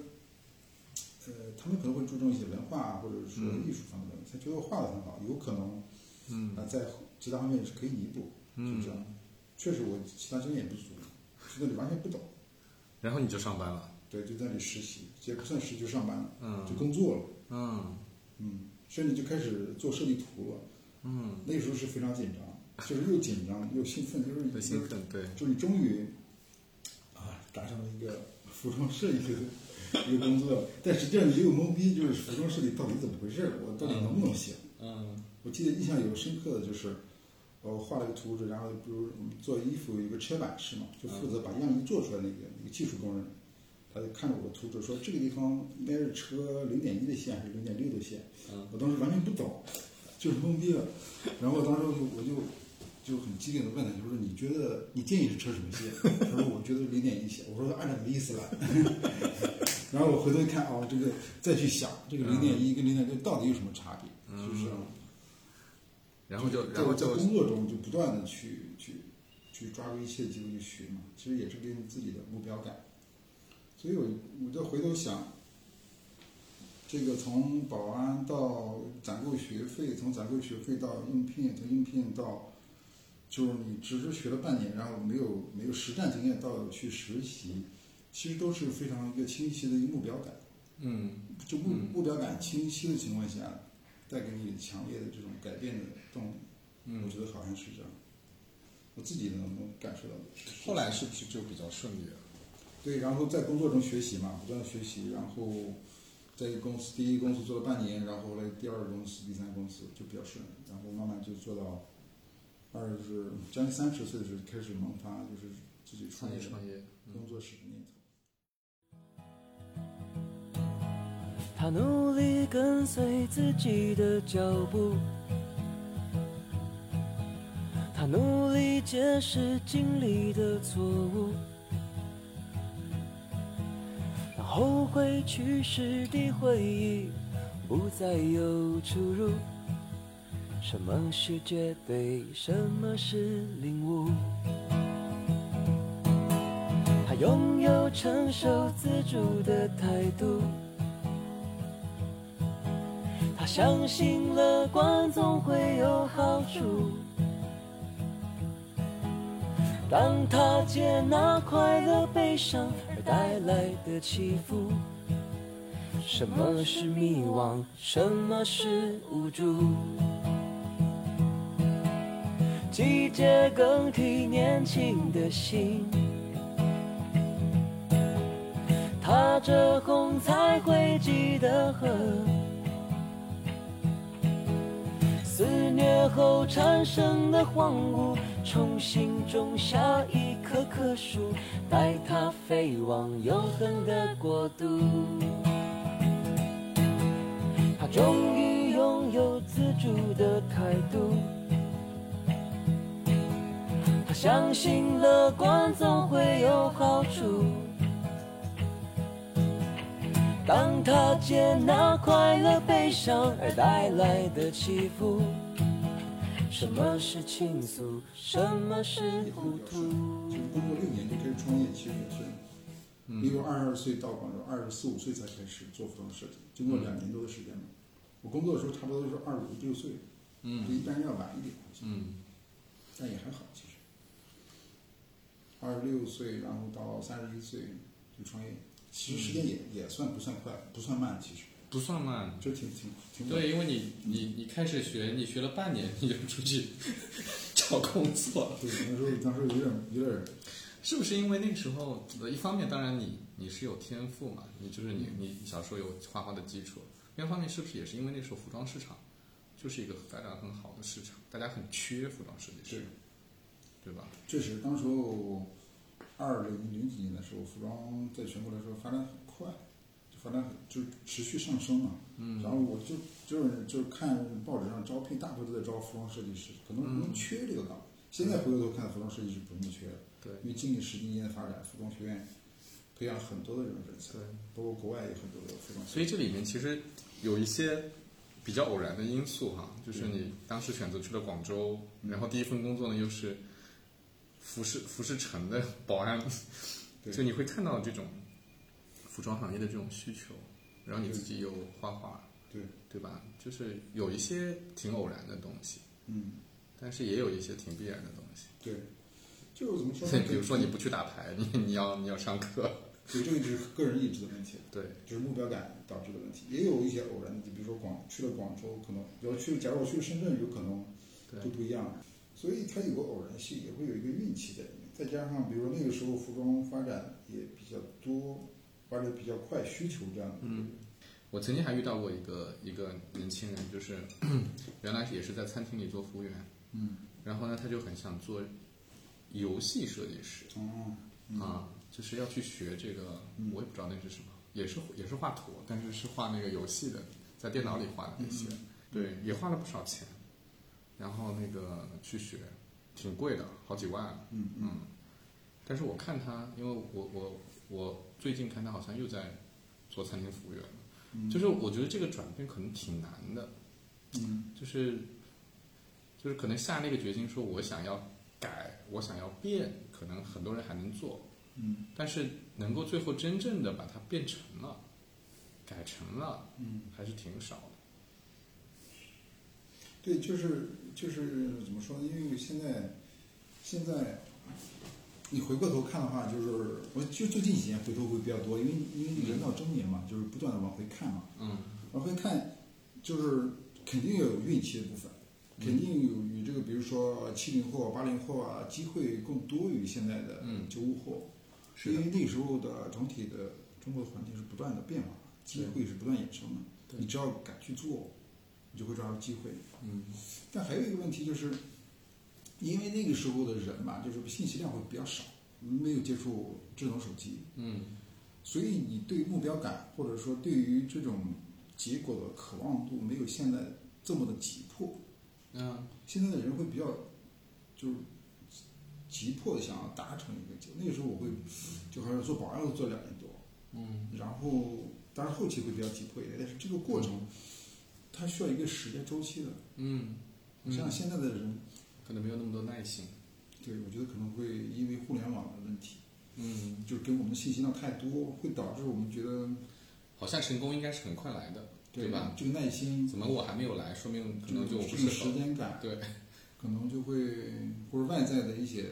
Speaker 2: 呃，他们可能会注重一些文化啊或者是说艺术方面的，他觉得我画的很好，有可能
Speaker 1: 嗯嗯
Speaker 2: 啊、呃在其他方面是可以弥补，就这样。确实我其他经验也不足，去那里完全不懂，
Speaker 1: 然后你就上班了，
Speaker 2: 对，就在那里实习，也不算实习，就上班了，
Speaker 1: 嗯
Speaker 2: 就工作了，
Speaker 1: 嗯
Speaker 2: 嗯，甚至就开始做设计图了。
Speaker 1: 嗯，
Speaker 2: 那时候是非常紧张，就是又紧张又兴奋，就是
Speaker 1: 很兴奋，对，
Speaker 2: 就是你终于啊达成了一个服装设计的一个工作，但实际上你又懵逼，就是服装设计到底怎么回事儿？我到底能不能行？
Speaker 1: 嗯
Speaker 2: 我记得印象有深刻的就是，我画了个图纸，然后比如我们做衣服有一个车板师嘛，就负责把样衣做出来那个那个技术工人，他就看着我的图纸说这个地方应该是车零点一的线还是零点六的线，
Speaker 1: 嗯
Speaker 2: 我当时完全不懂， 就是懵逼了。然后我当时我就我就就很机灵的问他，就是你觉得你建议是车什么线？ 他说我觉得零点一线。我说按照你的意思来。 然后我回头一看，哦，这个再去想这个零点一跟零点六到底有什么差别，就是啊。
Speaker 1: 然后就
Speaker 2: 在
Speaker 1: 然后
Speaker 2: 在
Speaker 1: 就
Speaker 2: 工作中就不断的去去去抓住一切机会去学嘛，其实也是给你自己的目标感。所以我我就回头想，这个从保安到攒够学费，从攒够学费到应聘，从应聘到就是你只是学了半年，然后没有没有实战经验，到去实习，其实都是非常一个清晰的一个目标感。
Speaker 1: 嗯
Speaker 2: 就目目标感清晰的情况下，带给你强烈的这种改变的动力。我
Speaker 1: 嗯，
Speaker 2: 觉得好像是这样，我自己能能感受到的是。是
Speaker 1: 后来是不是就比较顺利了？
Speaker 2: 对，然后在工作中学习嘛，不断地学习，然后在一个公司第一公司做了半年，然后后来第二公司、第三公司就比较顺，然后慢慢就做到二十将近三十岁的时候开始萌发，就是自己创
Speaker 1: 创
Speaker 2: 业
Speaker 1: 业创业，
Speaker 2: 工作室的念头。
Speaker 3: 他努力跟随自己的脚步，他努力解释经历的错误，让后悔去世的回忆不再有出入。什么是绝对，什么是领悟？他拥有成熟自主的态度。他相信乐观总会有好处。当他接纳快乐、悲伤而带来的起伏，什么是迷惘，什么是无助？季节更替，年轻的心，踏着红彩绘迹的河。肆虐后产生的荒芜，重新种下一棵棵树，带它飞往永恒的国度。他终于拥有自主的态度，他相信乐观总会有好处。当他接纳快乐、悲伤而带来的起伏，什么是倾诉，什么是
Speaker 2: 也会
Speaker 3: 糊
Speaker 2: 比较顺
Speaker 3: 涂？。
Speaker 2: 就是工作六年就开始创业，其实也顺。
Speaker 1: 嗯
Speaker 2: 因为我二十二岁到广州，二十四五岁才开始做服装设计，经过两年多的时间嘛。我工作的时候差不多都是二五六岁，
Speaker 1: 嗯
Speaker 2: 比一般人要晚一点，好像，
Speaker 1: 嗯
Speaker 2: 但也还好其实。二十六岁，然后到三十一岁就创业，其实时间也、
Speaker 1: 嗯
Speaker 2: 也算不算快，不算慢，其实
Speaker 1: 不算慢。
Speaker 2: 就挺挺挺
Speaker 1: 嗯对，因为你你你开始学，你学了半年，你就出去 找工作了。
Speaker 2: 对，那时候当时有点有点
Speaker 1: 是不是因为那个时候，呃一方面当然你你是有天赋嘛，你就是你你小时候有画画的基础，另一方面是不是也是因为那时候服装市场就是一个发展很好的市场，大家很缺服装设计师，对吧？
Speaker 2: 确实，当时候二零零几年的时候，服装在全国来说发展很快，就发展很就是持续上升嘛。嗯。然后我就就是就是看报纸上招聘，大部分都在招服装设计师，可能不能
Speaker 1: 嗯
Speaker 2: 缺这个岗。现在回过头看，服装设计师不那么缺了，
Speaker 1: 对
Speaker 2: 因为经历十几年的发展，服装学院培养很多的这种人才，
Speaker 1: 对。
Speaker 2: 包括国外有很多的服装设计师。
Speaker 1: 所以这里面其实有一些比较偶然的因素哈，就是你当时选择去了广州，然后第一份工作呢又是服饰服饰城的保安，
Speaker 2: 对
Speaker 1: 就你会看到这种服装行业的这种需求，然后你自己又画画，
Speaker 2: 对，
Speaker 1: 对吧？就是有一些挺偶然的东西，
Speaker 2: 嗯，
Speaker 1: 但是也有一些挺必然的东西。
Speaker 2: 对，就是怎么说呢？
Speaker 1: 比如说你不去打牌，你 你要你要上课，
Speaker 2: 对，这个就是个人意志的问题了。
Speaker 1: 对，
Speaker 2: 就是目标感导致的问题，也有一些偶然的，就比如说广去了广州，可能比如去，假如我去了深圳，有可能
Speaker 1: 对
Speaker 2: 就不一样了。所以它有个偶然性，也会有一个运气在里面。再加上，比如说那个时候服装发展也比较多，发展比较快，需求这样的。嗯，
Speaker 1: 我曾经还遇到过一个一个年轻人，就是 原来也是在餐厅里做服务员，
Speaker 2: 嗯，
Speaker 1: 然后呢，他就很想做游戏设计师、
Speaker 2: 哦，
Speaker 1: 啊，就是要去学这个，我也不知道那是什么，也是也是画图，但是是画那个游戏的，在电脑里画的那些，对，也花了不少钱，然后那个去学，挺贵的，好几万，
Speaker 2: 嗯嗯，
Speaker 1: 但是我看他，因为我我我最近看他好像又在做餐厅服务员了，就是我觉得这个转变可能挺难的，
Speaker 2: 嗯，
Speaker 1: 就是就是可能下那个决心说我想要改，我想要变，可能很多人还能做，
Speaker 2: 嗯，
Speaker 1: 但是能够最后真正的把它变成了，改成了，
Speaker 2: 嗯，
Speaker 1: 还是挺少的，
Speaker 2: 对，就是就是怎么说呢？因为现在现在你回过头看的话，就是我就最近几年回头会比较多，因为因为人到中年嘛，就是不断的往回看嘛。
Speaker 1: 嗯，
Speaker 2: 往回看，就是肯定有运气的部分，肯定有与这个，比如说七零后、八零后啊，机会更多于现在的
Speaker 1: 嗯
Speaker 2: 九五后，
Speaker 1: 是的
Speaker 2: 因为那时候的整体的中国的环境是不断的变化，机会是不断衍生的，
Speaker 1: 对
Speaker 2: 你只要敢去做，你就会抓住机会。
Speaker 1: 嗯，
Speaker 2: 但还有一个问题就是，因为那个时候的人嘛，就是信息量会比较少，没有接触智能手机，
Speaker 1: 嗯，
Speaker 2: 所以你对目标感或者说对于这种结果的渴望度没有现在这么的急迫。
Speaker 1: 嗯，
Speaker 2: 现在的人会比较就是急迫的想要达成一个结果。那个时候我会就好像做保安我做两年多，
Speaker 1: 嗯，
Speaker 2: 然后当然后期会比较急迫一点，但是这个过程它需要一个时间周期的。
Speaker 1: 嗯，
Speaker 2: 像现在的人，
Speaker 1: 可能没有那么多耐心，
Speaker 2: 对我觉得可能会因为互联网的问题，
Speaker 1: 嗯，
Speaker 2: 就是给我们的信息量太多，会导致我们觉得
Speaker 1: 好像成功应该是很快来的，对吧？
Speaker 2: 这个耐心
Speaker 1: 怎么我还没有来？说明可
Speaker 2: 这
Speaker 1: 能就
Speaker 2: 个
Speaker 1: 我
Speaker 2: 这
Speaker 1: 不
Speaker 2: 个
Speaker 1: 适
Speaker 2: 时
Speaker 1: 合。
Speaker 2: 间感，
Speaker 1: 对，
Speaker 2: 可能就会或者外在的一些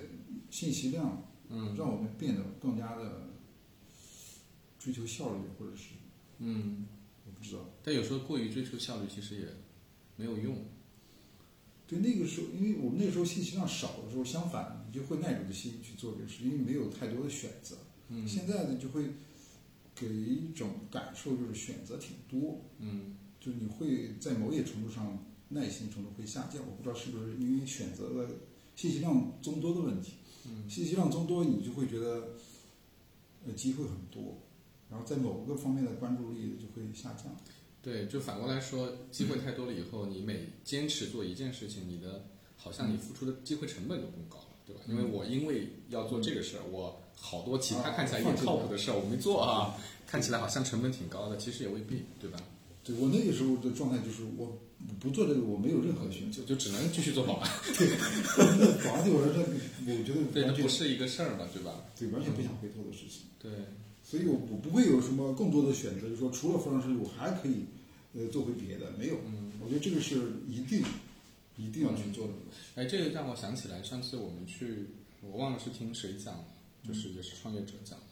Speaker 2: 信息量，
Speaker 1: 嗯
Speaker 2: 让我们变得更加的追求效率，或者是
Speaker 1: 嗯，
Speaker 2: 我不知道。
Speaker 1: 但有时候过于追求效率，其实也没有用。
Speaker 2: 对那个时候，因为我们那时候信息量少的时候，相反你就会耐住心去做这个事，因为没有太多的选择。
Speaker 1: 嗯
Speaker 2: 现在呢，就会给一种感受，就是选择挺多，
Speaker 1: 嗯
Speaker 2: 就是你会在某些程度上耐心程度会下降。我不知道是不是因为选择的信息量增多的问题。
Speaker 1: 嗯
Speaker 2: 信息量增多，你就会觉得呃机会很多，然后在某个方面的关注力就会下降。
Speaker 1: 对，就反过来说，机会太多了以后，你每坚持做一件事情，你的好像你付出的机会成本就更高了，对吧？因为我因为要做这个事儿，我好多其他
Speaker 2: 啊
Speaker 1: 看起来
Speaker 2: 放
Speaker 1: 也
Speaker 2: 弃
Speaker 1: 哦靠
Speaker 2: 了
Speaker 1: 谱的事儿我没做啊，看起来好像成本挺高的，其实也未必，对吧？
Speaker 2: 对我那个时候的状态就是我我不做这个，我没有任何选择。
Speaker 1: 就就只能继续做保 安，
Speaker 2: 保安对我来说，我觉得
Speaker 1: 对，
Speaker 2: 完
Speaker 1: 这
Speaker 2: 全
Speaker 1: 不是一个事儿嘛，对吧？
Speaker 2: 对完全不想回头的事情，
Speaker 1: 对，
Speaker 2: 所以我我不会有什么更多的选择，就是说除了服装设计，我还可以呃做回别的，没有。我觉得这个是一定一定要去做的。
Speaker 1: 哎，这个让我想起来，上次我们去，我忘了是听谁讲了，就是也是创业者讲的。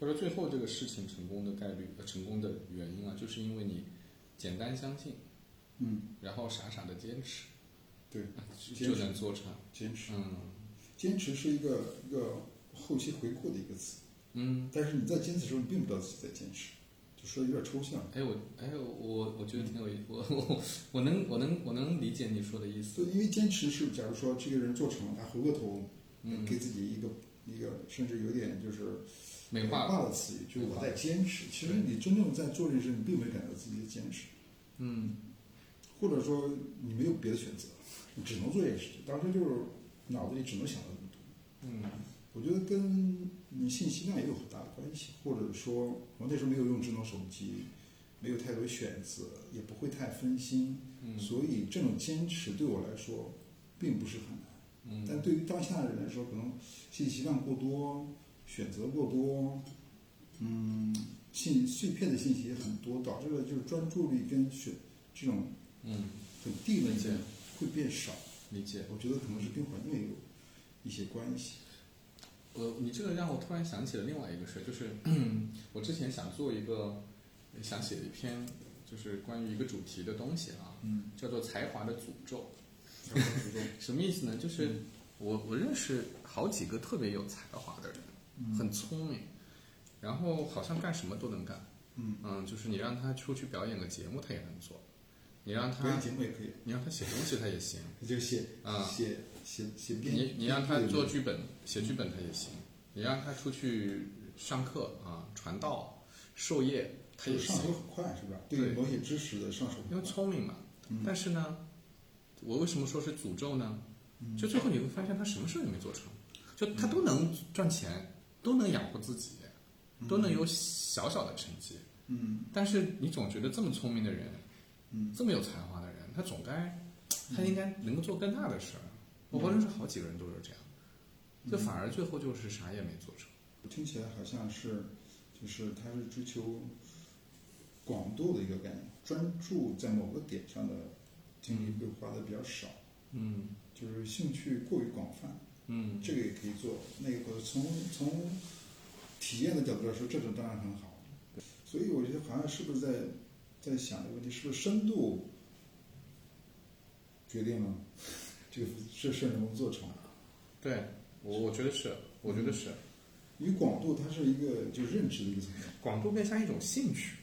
Speaker 1: 他说，最后这个事情成功的概率，呃，成功的原因啊，就是因为你简单相信，
Speaker 2: 嗯，
Speaker 1: 然后傻傻的坚持，
Speaker 2: 对，
Speaker 1: 啊就
Speaker 2: 坚持
Speaker 1: 就能做成。
Speaker 2: 坚持。
Speaker 1: 嗯，
Speaker 2: 坚持是一个一个后期回顾的一个词。
Speaker 1: 嗯，
Speaker 2: 但是你在坚持的时候，你并不知道自己在坚持，就说有点抽象。
Speaker 1: 哎我哎我我觉得挺有
Speaker 2: 嗯
Speaker 1: 意，我我我能我能我能理解你说的意思
Speaker 2: 所。以，因为坚持是，假如说这个人做成了，他回过头，
Speaker 1: 嗯
Speaker 2: 给自己一个、一个，甚至有点就是
Speaker 1: 美化
Speaker 2: 化的词语，就是我在坚持。其实你真正在做这件事，你并没有感到自己的坚持，
Speaker 1: 嗯
Speaker 2: 或者说你没有别的选择，你只能做这个事情。当时就是脑子里只能想到这么多。
Speaker 1: 嗯
Speaker 2: 我觉得跟你信息量也有很大的关系，或者说我那时候没有用智能手机，没有太多选择，也不会太分心，
Speaker 1: 嗯
Speaker 2: 所以这种坚持对我来说并不是很难。但
Speaker 1: 嗯
Speaker 2: 对于当下的人来说，可能信息量过多，选择过多，嗯，信碎片的信息也很多，导致了就是专注力跟选这种
Speaker 1: 嗯，
Speaker 2: 很低的
Speaker 1: 理解
Speaker 2: 会变少。
Speaker 1: 理解。
Speaker 2: 我觉得可能是跟环境也有一些关系。
Speaker 1: 我你这个让我突然想起了另外一个事，就是 我之前想做一个，想写一篇，就是关于一个主题的东西啊，
Speaker 2: 嗯，
Speaker 1: 叫做《才华的诅咒
Speaker 2: 然后 比如说》，
Speaker 1: 什么意思呢？就是
Speaker 2: 嗯
Speaker 1: 我我认识好几个特别有才华的人，
Speaker 2: 嗯
Speaker 1: 很聪明，然后好像干什么都能干，
Speaker 2: 嗯
Speaker 1: 嗯，就是你让他出去表演个节目，他也能做，你让
Speaker 2: 表演
Speaker 1: 他
Speaker 2: 节目也可以，
Speaker 1: 你让他写东西，他也行，
Speaker 2: 就写
Speaker 1: 啊
Speaker 2: 写写写编。
Speaker 1: 你你让他
Speaker 2: 编剧
Speaker 1: 做
Speaker 2: 的
Speaker 1: 剧本、写剧本他也行，你让他出去上课啊、传道、授业他也
Speaker 2: 人上
Speaker 1: 行，
Speaker 2: 手很快是吧？对
Speaker 1: 对
Speaker 2: 于某些知识的上手
Speaker 1: 因为
Speaker 2: 很快。
Speaker 1: 聪明嘛。
Speaker 2: 嗯
Speaker 1: 但是呢，我为什么说是诅咒呢？
Speaker 2: 嗯
Speaker 1: 就最后你会发现他什么事儿也没做成，就他都能赚
Speaker 2: 嗯
Speaker 1: 钱，都能养活自己，都能有小小的成绩，
Speaker 2: 嗯
Speaker 1: 但是你总觉得这么聪明的人，
Speaker 2: 嗯
Speaker 1: 这么有才华的人，他总该，他应该能够做更大的事儿。
Speaker 2: 嗯
Speaker 1: 我我认识好几个人都是这样，就反而最后就是啥也没做成。
Speaker 2: 听起来好像是，就是它是追求广度的一个概念，专注在某个点上的精力会花的比较少，
Speaker 1: 嗯
Speaker 2: 就是兴趣过于广泛，
Speaker 1: 嗯
Speaker 2: 这个也可以做，那个从从体验的角度来说，这种当然很好。所以我觉得好像是不是在在想这个问题，是不是深度决定了这个这事儿能不能做成？
Speaker 1: 对我我觉得是，我
Speaker 2: 嗯
Speaker 1: 觉得是，
Speaker 2: 因为广度它是一个就认知的一个层面。
Speaker 1: 广度更像一种兴趣，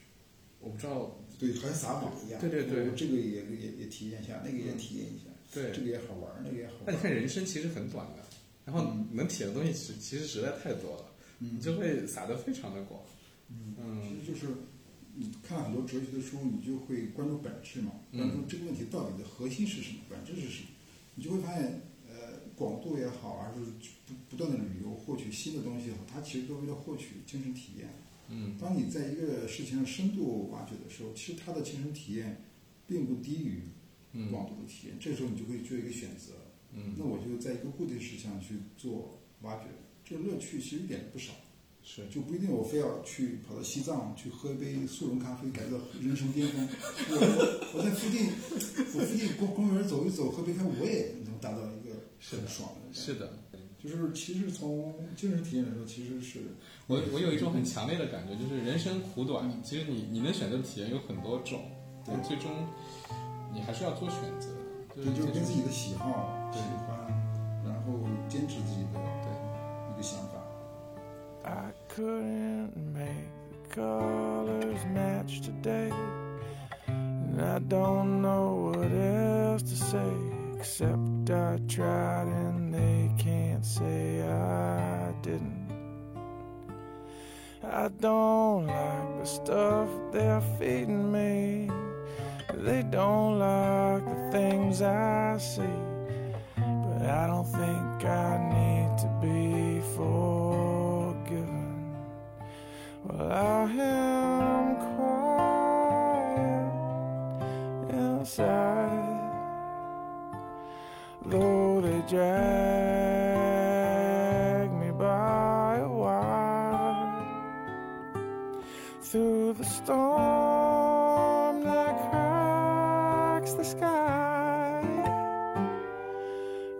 Speaker 1: 我不知道，
Speaker 2: 对，好像撒网一样。
Speaker 1: 对对对
Speaker 2: 我这个也也也体验一下，那个也体验一下，这
Speaker 1: 对。
Speaker 2: 个也好玩，那个也好
Speaker 1: 那你看
Speaker 2: 玩。
Speaker 1: 人生其实很短的，然后
Speaker 2: 嗯
Speaker 1: 能体验的东西其其实实在太多了，你
Speaker 2: 嗯，
Speaker 1: 就会撒得非常的广。
Speaker 2: 嗯
Speaker 1: 嗯
Speaker 2: 其实就是你看很多哲学的书，你就会关注本质嘛，
Speaker 1: 嗯
Speaker 2: 关注这个问题到底的核心是什么，本质是什么，你就会发现，呃，广度也好，还是不不断的旅游获取新的东西也好，它其实都为了获取精神体验。
Speaker 1: 嗯
Speaker 2: 当你在一个事情上深度挖掘的时候，其实它的精神体验并不低于
Speaker 1: 嗯
Speaker 2: 广度的体验，这时候你就会做一个选择。那
Speaker 1: 嗯，
Speaker 2: 我就在一个固定事项去做挖掘，这乐趣其实一点都不少，
Speaker 1: 是
Speaker 2: 就不一定我非要去跑到西藏去喝一杯速溶咖啡，感觉到人生巅峰。我我在附近，我附近公公园走一走，喝杯咖啡，我也能达到一个
Speaker 1: 是的
Speaker 2: 很爽的。
Speaker 1: 是，的。
Speaker 2: 就是其实从精神体验来说，其实是
Speaker 1: 我我有一种很强烈的感觉，就是人生苦短，
Speaker 2: 嗯
Speaker 1: 其实你你能选择的体验有很多种，但最终你还是要做选择的，
Speaker 2: 对，
Speaker 1: 是
Speaker 2: 就是
Speaker 1: 这
Speaker 2: 跟自
Speaker 1: 种
Speaker 2: 己的喜好、
Speaker 1: 对
Speaker 2: 喜欢，然后坚持自己的
Speaker 1: 对。
Speaker 2: 一个想法。
Speaker 4: I couldn't make the colors match today. And I don't know what else to say, except I tried and they can't say I didn't. I don't like the stuff they're feeding me. They don't like the things I see. But I don't think I need to be forgiven. Well, I am quiet inside, though they drag me by a wire through the storm that cracks the sky.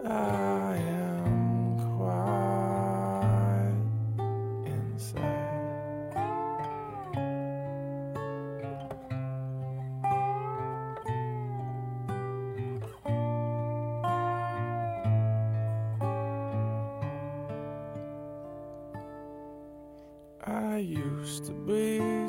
Speaker 4: I am quiet inside. I used to be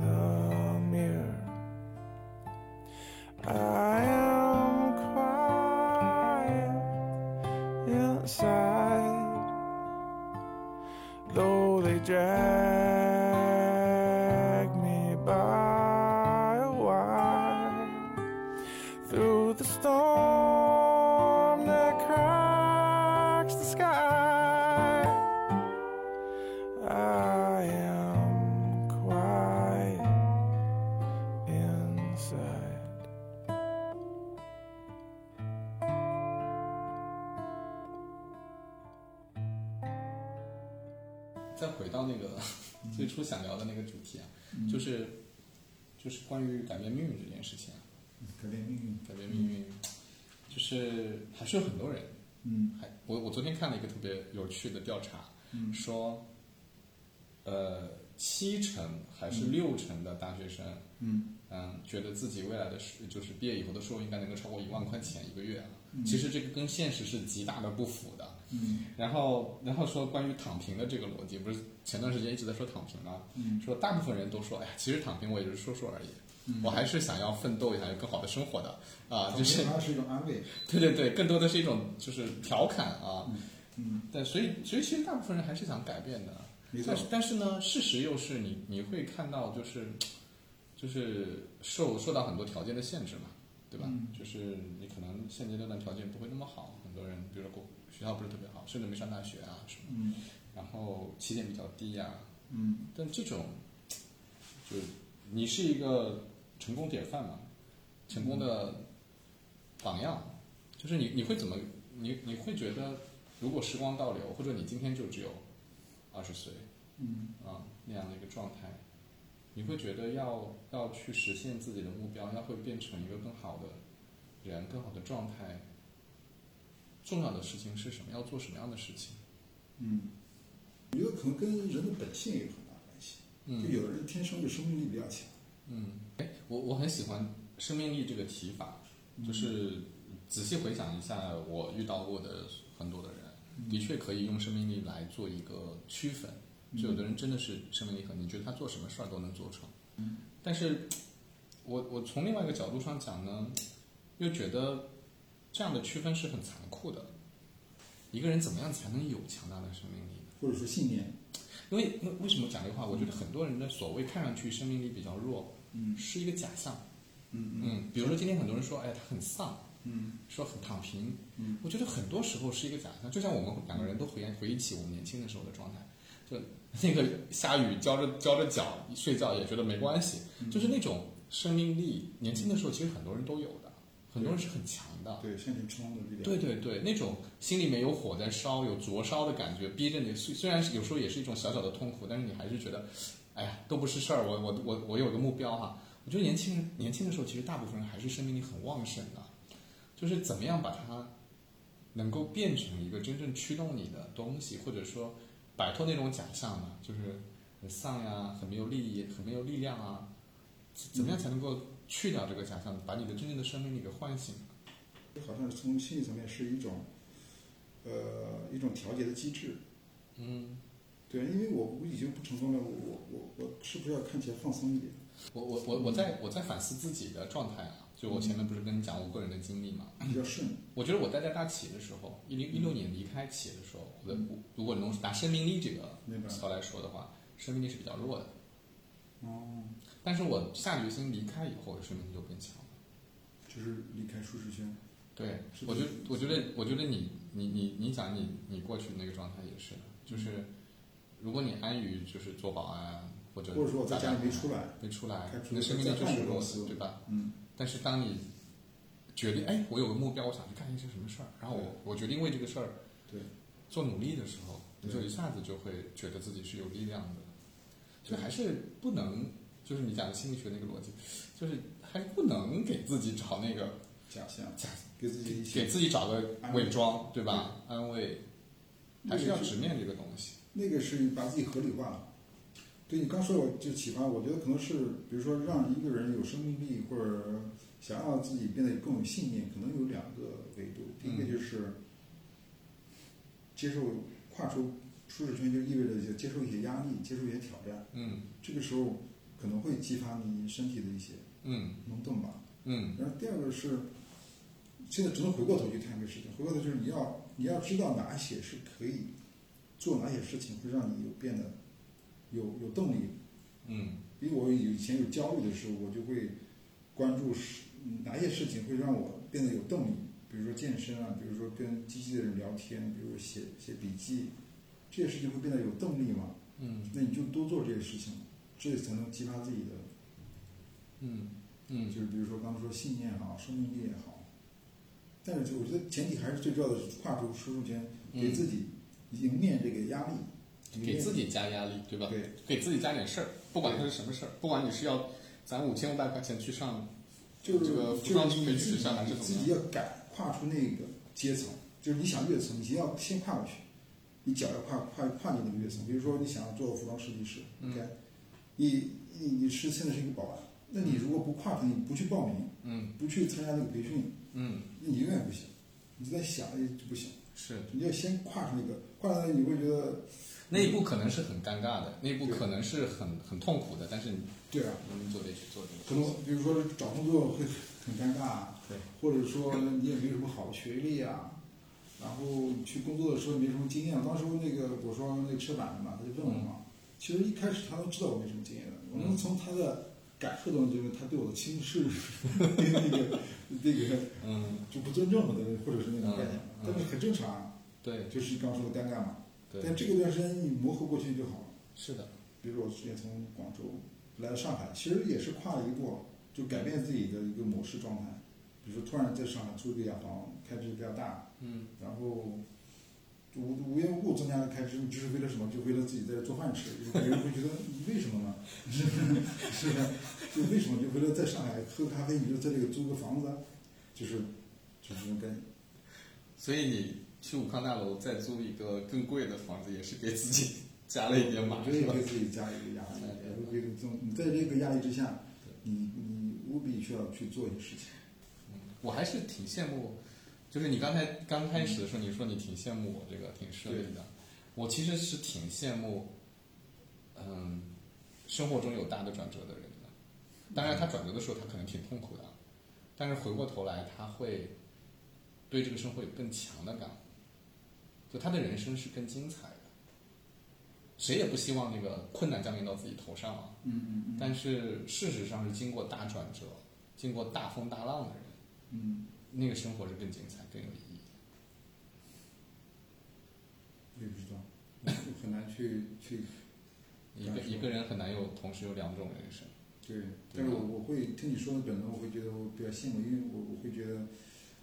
Speaker 4: the mirror. I am quiet inside, though they drag me by a wire through the storm that cracks the sky. I am quiet inside.
Speaker 1: 再回到那个
Speaker 2: 嗯
Speaker 1: 最初想聊的那个主题啊，就是就是关于改变命运这件事情啊，
Speaker 2: 改变命运。
Speaker 1: 改变命运，就是还是有很多人，
Speaker 2: 嗯
Speaker 1: 还我我昨天看了一个特别有趣的调查，
Speaker 2: 嗯
Speaker 1: 说，呃，七成还是六成的大学生，
Speaker 2: 嗯
Speaker 1: 嗯，觉得自己未来的收就是毕业以后的收入应该能够超过一万块钱一个月啊。其实这个跟现实是极大的不符的。
Speaker 2: 嗯
Speaker 1: 然后，然后说关于躺平的这个逻辑，不是前段时间一直在说躺平吗？
Speaker 2: 嗯
Speaker 1: 说大部分人都说，哎呀，其实躺平我也就是说说而已，我还是想要奋斗一下，有更好的生活的啊、就
Speaker 2: 躺
Speaker 1: 是
Speaker 2: 平嗯它是一种安慰。
Speaker 1: 对对对，更多的是一种就是调侃啊。
Speaker 2: 嗯
Speaker 1: 但所以，所以其实大部分人还是想改变的。
Speaker 2: 没错
Speaker 1: 但是但是呢，事实又是你你会看到就是就是受受到很多条件的限制嘛，对吧？
Speaker 2: 嗯
Speaker 1: 就是你可能现阶段的条件不会那么好，很多人比如说国学校不是特别好，甚至没上大学啊什么，
Speaker 2: 嗯
Speaker 1: 然后起点比较低啊。
Speaker 2: 嗯
Speaker 1: 但这种就是你是一个成功典范嘛，成功的榜样，就是你你会怎么你你会觉得，如果时光倒流，或者你今天就只有二十岁，
Speaker 2: 嗯
Speaker 1: 啊那样的一个状态，你会觉得要要去实现自己的目标，要会变成一个更好的人、更好的状态。重要的事情是什么？要做什么样的事情？
Speaker 2: 嗯，我觉得可能跟人的本性也有很大关系。
Speaker 1: 嗯
Speaker 2: 就有的人天生就生命力比较强。
Speaker 1: 嗯，哎，我我很喜欢生命力这个提法，就是仔细回想一下我遇到过的很多的人，的确可以用生命力来做一个区分。就有的人真的是生命力很，你觉得他做什么事儿都能做成。但是，我我从另外一个角度上讲呢，又觉得这样的区分是很残酷的。一个人怎么样才能有强大的生命力呢？
Speaker 2: 或者说信念。
Speaker 1: 因为为为什么讲这个话？我觉得很多人的所谓看上去生命力比较弱，
Speaker 2: 嗯
Speaker 1: 是一个假象。
Speaker 2: 嗯
Speaker 1: 嗯，比如说今天很多人说，哎，他很丧，
Speaker 2: 嗯
Speaker 1: 说很躺平，
Speaker 2: 嗯，
Speaker 1: 我觉得很多时候是一个假象。就像我们两个人都回回忆起我们年轻的时候的状态，就那个下雨浇着浇着脚睡觉也觉得没关系，就是那种生命力。年轻的时候其实很多人都有的，很多人是很强的。
Speaker 2: 对，像你冲的力量。
Speaker 1: 对对对，那种心里面有火在烧，有灼烧的感觉，逼着你。虽虽然是有时候也是一种小小的痛苦，但是你还是觉得，哎呀，都不是事儿。我我我我有个目标哈、我觉得年轻人年轻的时候，其实大部分人还是生命力很旺盛的，就是怎么样把它能够变成一个真正驱动你的东西，或者说摆脱那种假象嘛，就是很丧呀，很没有利益，很没有力量啊，怎怎么样才能够去掉这个假象，把你的真正的生命力给唤醒？
Speaker 2: 好像是从心理层面是一种，呃，一种调节的机制。
Speaker 1: 嗯。
Speaker 2: 对，因为我我已经不成功了，我我我是不是要看起来放松一点？
Speaker 1: 我我我我在我在反思自己的状态啊，就我前面不是跟你讲我个人的经历嘛？
Speaker 2: 比较顺，
Speaker 1: 我觉得我待在大企的时候，一零一六年离开企的时候，我的我
Speaker 2: 嗯
Speaker 1: 如果能拿生命力这
Speaker 2: 明
Speaker 1: 个
Speaker 2: 白
Speaker 1: 词来说的话，生命力是比较弱的。
Speaker 2: 哦，
Speaker 1: 但是我下决心离开以后，生命力就变强了。
Speaker 2: 就是离开舒适圈。
Speaker 1: 对
Speaker 2: 是，
Speaker 1: 我觉
Speaker 2: 的
Speaker 1: 得我觉得我觉得你你你你讲你你过去那个状态也是的，就是如果你安于就是做保安或者
Speaker 2: 或者说我在家里没出来
Speaker 1: 没出来
Speaker 2: 开，
Speaker 1: 你的生命力就是
Speaker 2: 在办
Speaker 1: 弱
Speaker 2: 公室
Speaker 1: 的，对吧？
Speaker 2: 嗯，
Speaker 1: 但是当你决定，哎，我有个目标，我想去干一些什么事儿，然后我我决定为这个事儿
Speaker 2: 对，
Speaker 1: 做努力的时候，你
Speaker 2: 对
Speaker 1: 就一下子就会觉得自己是有力量的。所以还是不能，就是你讲的心理学那个逻辑，就是还不能给自己找那个
Speaker 2: 假象，给自己一些
Speaker 1: 给自己找个伪装，对吧？安慰，还是要直面这个东西。
Speaker 2: 那个是把自己合理化了。对你刚说，我就启发，我觉得可能是，比如说让一个人有生命力，或者想要自己变得更有信念，可能有两个维度。第一个就是接受跨出舒适圈，就意味着就接受一些压力，接受一些挑战。
Speaker 1: 嗯
Speaker 2: 这个时候可能会激发你身体的一些
Speaker 1: 嗯
Speaker 2: 能动吧。
Speaker 1: 嗯
Speaker 2: 然后第二个是，现在只能回过头去看这个事情。回过头就是你要你要知道哪些是可以做哪些事情，会让你有变得有有动力。
Speaker 1: 嗯
Speaker 2: 因为我以前有焦虑的时候，我就会关注是嗯哪些事情会让我变得有动力，比如说健身啊，比如说跟积极的人聊天，比如说写写笔记，这些事情会变得有动力嘛？
Speaker 1: 嗯
Speaker 2: 那你就多做这些事情，这才能激发自己的
Speaker 1: 嗯嗯
Speaker 2: 就是比如说刚才说信念也好，生命力也好，但是就我觉得前提还是最重要的是跨出舒适圈，给自己迎面这个压力，迎
Speaker 1: 嗯给
Speaker 2: 面
Speaker 1: 自己加压力，对吧？
Speaker 2: 对，
Speaker 1: 给自己加点事儿，不管它是什么事儿，不管你是要攒五千五百块钱去上
Speaker 2: 就是
Speaker 1: 这个服
Speaker 2: 就
Speaker 1: 装
Speaker 2: 是
Speaker 1: 培训
Speaker 2: 你自己
Speaker 1: 上还是怎
Speaker 2: 自
Speaker 1: 么
Speaker 2: 己
Speaker 1: 样？
Speaker 2: 要敢跨出那个阶层，就是你想跃层，你先要先跨过去，你脚要跨跨跨进那个跃层。比如说你想要做服装设计师、o
Speaker 1: 嗯
Speaker 2: k 你你你是现在是一个保安，那你如果不跨出，你不去报名，
Speaker 1: 嗯
Speaker 2: 不去参加那个培训，
Speaker 1: 嗯，
Speaker 2: 那你永远不行。你在想哎就不行，
Speaker 1: 是
Speaker 2: 你要先跨出那个，跨出那个你会觉得
Speaker 1: 那一步可能是很尴尬的，那一步
Speaker 2: 对
Speaker 1: 可能是很很痛苦的，但是你
Speaker 2: 对啊，
Speaker 1: 你就得去做这个事
Speaker 2: 可
Speaker 1: 情。
Speaker 2: 能比如说找工作会很尴尬，啊
Speaker 1: 对，
Speaker 2: 或者说你也没有什么好的学历啊，然后去工作的时候也没什么经验。当时那个我说那个车板的嘛，他就问我
Speaker 1: 嗯
Speaker 2: 嘛，其实一开始他都知道我没什么经验的，我能从他的感受当中觉得他对我的 轻视，那个那个
Speaker 1: 嗯，
Speaker 2: 就不尊重我的，或者是那种概念嘛，
Speaker 1: 嗯嗯
Speaker 2: 但是很正常啊，
Speaker 1: 对
Speaker 2: 就是刚说的尴尬嘛。
Speaker 1: 对，
Speaker 2: 但这个段时间你磨合过去就好了。
Speaker 1: 是的，
Speaker 2: 比如说我之前从广州来到上海，其实也是跨了一步，啊就改变自己的一个模式状态。比如说突然在上海租这家房，开支比较大，
Speaker 1: 嗯
Speaker 2: 然后就无无缘无故增加了开支，你这是为了什么？就为了自己在这做饭吃。有别人会觉得你为什么呢？ 是是吧？就为什么？就为了在上海喝咖啡，你就在这个租个房子啊，就是就是这种概念。
Speaker 1: 所以你去武康大楼再租一个更贵的房子，也是给自己 加了一点码
Speaker 2: 我，觉得
Speaker 1: 是
Speaker 2: 也
Speaker 1: 吧
Speaker 2: 给？自己加一个压力，也会给这种你在这个压力之下，你你务必需要去做一些事情。
Speaker 1: 我还是挺羡慕，就是你刚才刚开始的时候，你说你挺羡慕我这个挺顺利的，我其实是挺羡慕，嗯，生活中有大的转折的人的。当然，他转折的时候，他可能挺痛苦的，但是回过头来，他会对这个生活有更强的感悟，就他的人生是更精彩的。谁也不希望那个困难降临到自己头上啊，
Speaker 2: 嗯嗯嗯
Speaker 1: 但是事实上是经过大转折、经过大风大浪的人。
Speaker 2: 嗯，
Speaker 1: 那个生活是更精彩、更有意义的。
Speaker 2: 我也不知道，我很难去去
Speaker 1: 一个
Speaker 2: 感受
Speaker 1: 一个人很难有同时有两种人生。
Speaker 2: 对，但是我我会听你说的本能，我会觉得我比较羡慕，因为我我会觉得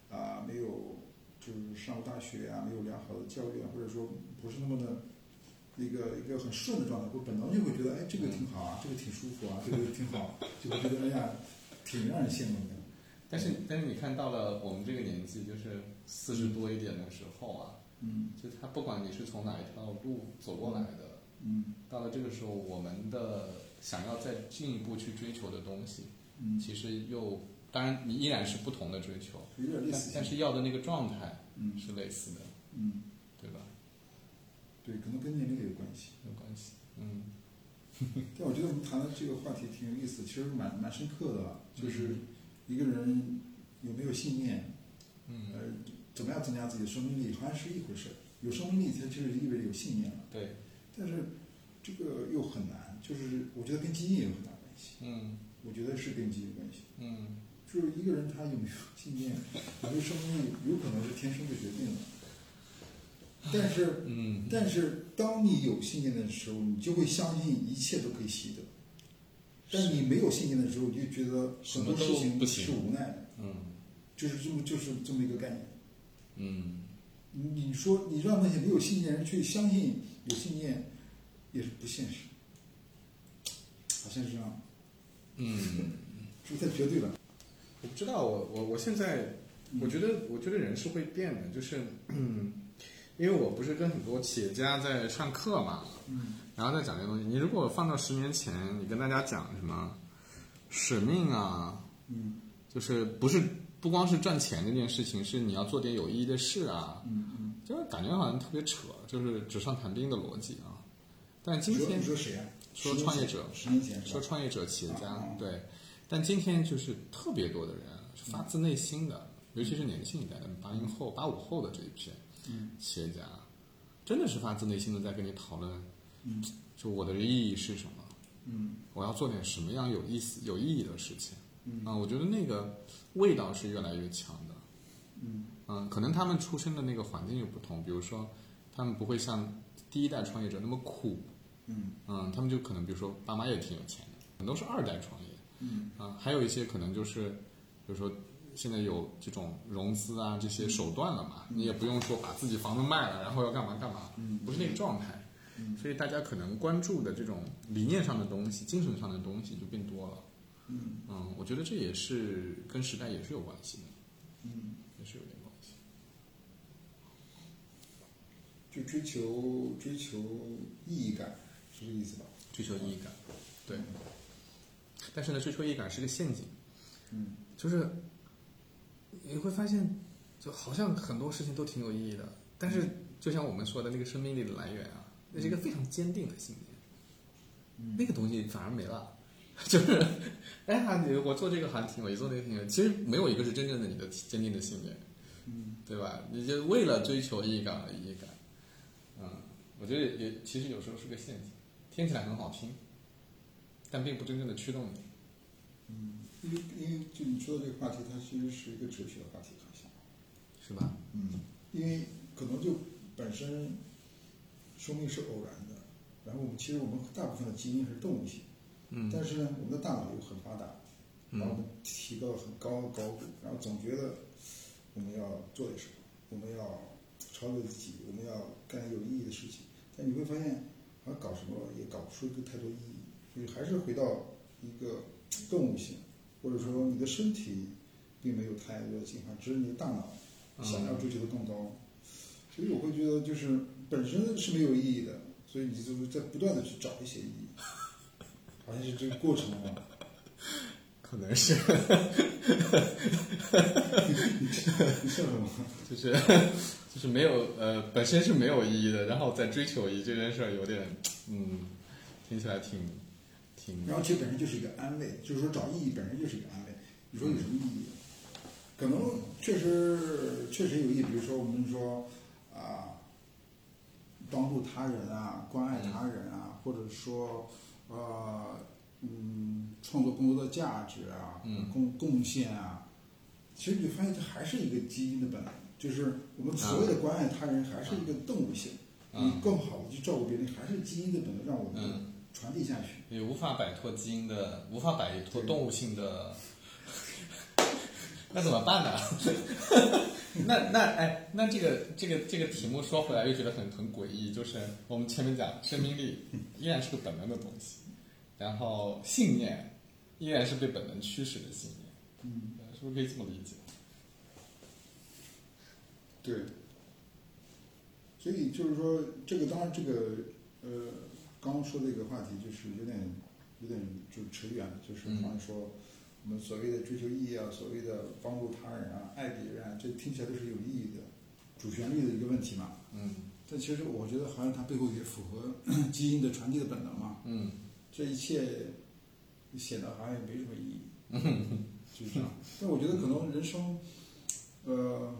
Speaker 2: 啊、没有就是上过大学啊，没有良好的教育啊，或者说不是那么的。一个一个很顺的状态，我本能就会觉得，哎，这个挺好啊，这个挺舒服啊，这个挺好，就会觉得，哎呀，挺让人羡慕的。
Speaker 1: 但
Speaker 2: 嗯
Speaker 1: 是但是你看到了我们这个年纪，就是四十多一点的时候啊，
Speaker 2: 嗯
Speaker 1: 就他不管你是从哪一条路走过来的，
Speaker 2: 嗯
Speaker 1: 到了这个时候，我们的想要再进一步去追求的东西，
Speaker 2: 嗯，
Speaker 1: 其实又当然你依然是不同的追求，
Speaker 2: 有点类
Speaker 1: 但
Speaker 2: 似性。
Speaker 1: 但是要的那个状态
Speaker 2: 嗯
Speaker 1: 是类似的，
Speaker 2: 嗯，
Speaker 1: 对吧？
Speaker 2: 对，可能跟年龄也有关系。
Speaker 1: 有关系。嗯
Speaker 2: 但我觉得我们谈的这个话题挺有意思，其实蛮蛮深刻的吧，就是一个人有没有信念，
Speaker 1: 嗯，
Speaker 2: 呃，怎么样增加自己的生命力，好像是一回事儿。有生命力，它就是意味着有信念了，
Speaker 1: 对，
Speaker 2: 但是这个又很难，就是我觉得跟基因有很大关系，
Speaker 1: 嗯
Speaker 2: 我觉得是跟基因有关系。
Speaker 1: 嗯
Speaker 2: 就是一个人他有没有信念，有没有生命力，有可能是天生就决定的。但是
Speaker 1: 嗯，
Speaker 2: 但是当你有信念的时候，你就会相信一切都可以习得；但你没有信念的时候，你就觉得很多事
Speaker 1: 什么都不
Speaker 2: 情
Speaker 1: 行
Speaker 2: 是无奈的，
Speaker 1: 嗯
Speaker 2: 就是这么就是这么一个概念。
Speaker 1: 嗯。
Speaker 2: 你你说你让那些没有信念的人去相信有信念，也是不现实，好像是这样，
Speaker 1: 嗯，
Speaker 2: 是不是太绝对了？
Speaker 1: 我不知道，我我我现在，
Speaker 2: 嗯
Speaker 1: 我觉得我觉得人是会变的，就是，嗯，因为我不是跟很多企业家在上课嘛，
Speaker 2: 嗯，
Speaker 1: 然后再讲这个东西。你如果放到十年前，你跟大家讲什么使命啊，
Speaker 2: 嗯
Speaker 1: 就是不是不光是赚钱这件事情，是你要做点有意义的事啊，
Speaker 2: 嗯嗯，
Speaker 1: 就是感觉好像特别扯，就是纸上谈兵的逻辑啊。但今
Speaker 2: 你说
Speaker 1: 天
Speaker 2: 你说谁啊？
Speaker 1: 说创业者
Speaker 2: 十年前，十年前是
Speaker 1: 说
Speaker 2: 吧
Speaker 1: 创业者、企业家
Speaker 2: 嗯，
Speaker 1: 对。但今天就是特别多的人是发自内心的，尤其是年轻一代的八零后、八五后的这一批
Speaker 2: 嗯
Speaker 1: 企业家，真的是发自内心的在跟你讨论，
Speaker 2: 嗯
Speaker 1: 就我的意义是什么，
Speaker 2: 嗯
Speaker 1: 我要做点什么样有意思、有意义的事情。
Speaker 2: 嗯
Speaker 1: 啊，我觉得那个味道是越来越强的。
Speaker 2: 嗯
Speaker 1: 嗯，可能他们出生的那个环境又不同，比如说他们不会像第一代创业者那么苦，
Speaker 2: 嗯
Speaker 1: 嗯，他们就可能比如说爸妈也挺有钱的，很多是二代创业，
Speaker 2: 嗯
Speaker 1: 啊，还有一些可能就是，比如说现在有这种融资啊这些手段了嘛，你也不用说把自己房子卖了，然后要干嘛干嘛，
Speaker 2: 嗯
Speaker 1: 不是那个状态，
Speaker 2: 嗯
Speaker 1: 所以大家可能关注的这种理念上的东西、精神上的东西就变多了。
Speaker 2: 嗯
Speaker 1: 嗯，我觉得这也是跟时代也是有关系的，
Speaker 2: 嗯，
Speaker 1: 也是有点关系。
Speaker 2: 就追求追求意义感，是这个意思吧？
Speaker 1: 追求意义感，对。但是呢，追求意义感是个陷阱，
Speaker 2: 嗯
Speaker 1: 就是你会发现，就好像很多事情都挺有意义的，但
Speaker 2: 嗯
Speaker 1: 是就像我们说的那个生命力的来源啊，那是一个非常坚定的信念，
Speaker 2: 嗯
Speaker 1: 那个东西反而没了。 就是，哎呀，你我做这个还挺有意思，做那个挺有意思，其实没有一个是真正的你的坚定的信念，
Speaker 2: 嗯
Speaker 1: 对吧？你就为了追求意义感而意义感，嗯，我觉得也其实有时候是个陷阱，听起来很好听，但并不真正的驱动你。
Speaker 2: 嗯，因为因为就你说的这个话题，它其实是一个哲学话题，好像。
Speaker 1: 是吧？
Speaker 2: 嗯，因为可能就本身生命是偶然的，然后我们其实我们大部分的基因是动物性，
Speaker 1: 嗯
Speaker 2: 但是呢，我们的大脑又很发达，
Speaker 1: 嗯
Speaker 2: 把我们提到很高的高度，然后总觉得我们要做点什么，我们要超越自己，我们要干点有意义的事情，但你会发现，好像搞什么也搞不出一个太多意义，所以还是回到一个动物性，或者说你的身体并没有太多的进化，只是你的大脑想要追求的更高，所以我会觉得就是本身是没有意义的，所以你就是在不断的去找一些意义，好像是这个过程啊。
Speaker 1: 可能是，
Speaker 2: 你笑什么？
Speaker 1: 就是就是没有呃，本身是没有意义的，然后再追求意义这件事儿有点，嗯，听起来挺挺
Speaker 2: 然后其实本身就是一个安慰，就是说找意义本身就是一个安慰。你说有什么意义？可能确实确实有意义，比如说我们说啊，帮助他人啊，关爱他人啊，或者说呃嗯，创作更多的价值啊，
Speaker 1: 嗯
Speaker 2: 贡贡献啊。其实你发现这还是一个基因的本能，就是我们所谓的关爱他人还是一个动物性。
Speaker 1: 嗯
Speaker 2: 你更好的去照顾别人，还是基因的本能让我们
Speaker 1: 嗯
Speaker 2: 传递下去。
Speaker 1: 也无法摆脱基因的，无法摆脱动物性的，那怎么办呢？ 那那哎，那这个这个这个题目说回来又觉得很很诡异，就是我们前面讲生命力依然是个本能的东西，然后信念依然是被本能驱使的信念，
Speaker 2: 嗯，
Speaker 1: 呃是不是可以这么理解？
Speaker 2: 对，所以就是说，这个当然这个呃，刚刚说这个话题就是有点有点就扯远了，就是
Speaker 1: 嗯
Speaker 2: 好像说我们所谓的追求意义啊，所谓的帮助他人啊，爱别人啊，这听起来都是有意义的主旋律的一个问题嘛。
Speaker 1: 嗯
Speaker 2: 但其实我觉得好像它背后也符合 基因的传递的本能嘛，
Speaker 1: 嗯。
Speaker 2: 这一切显得好像也没什 么意义。就是这样。但我觉得可能人生，呃，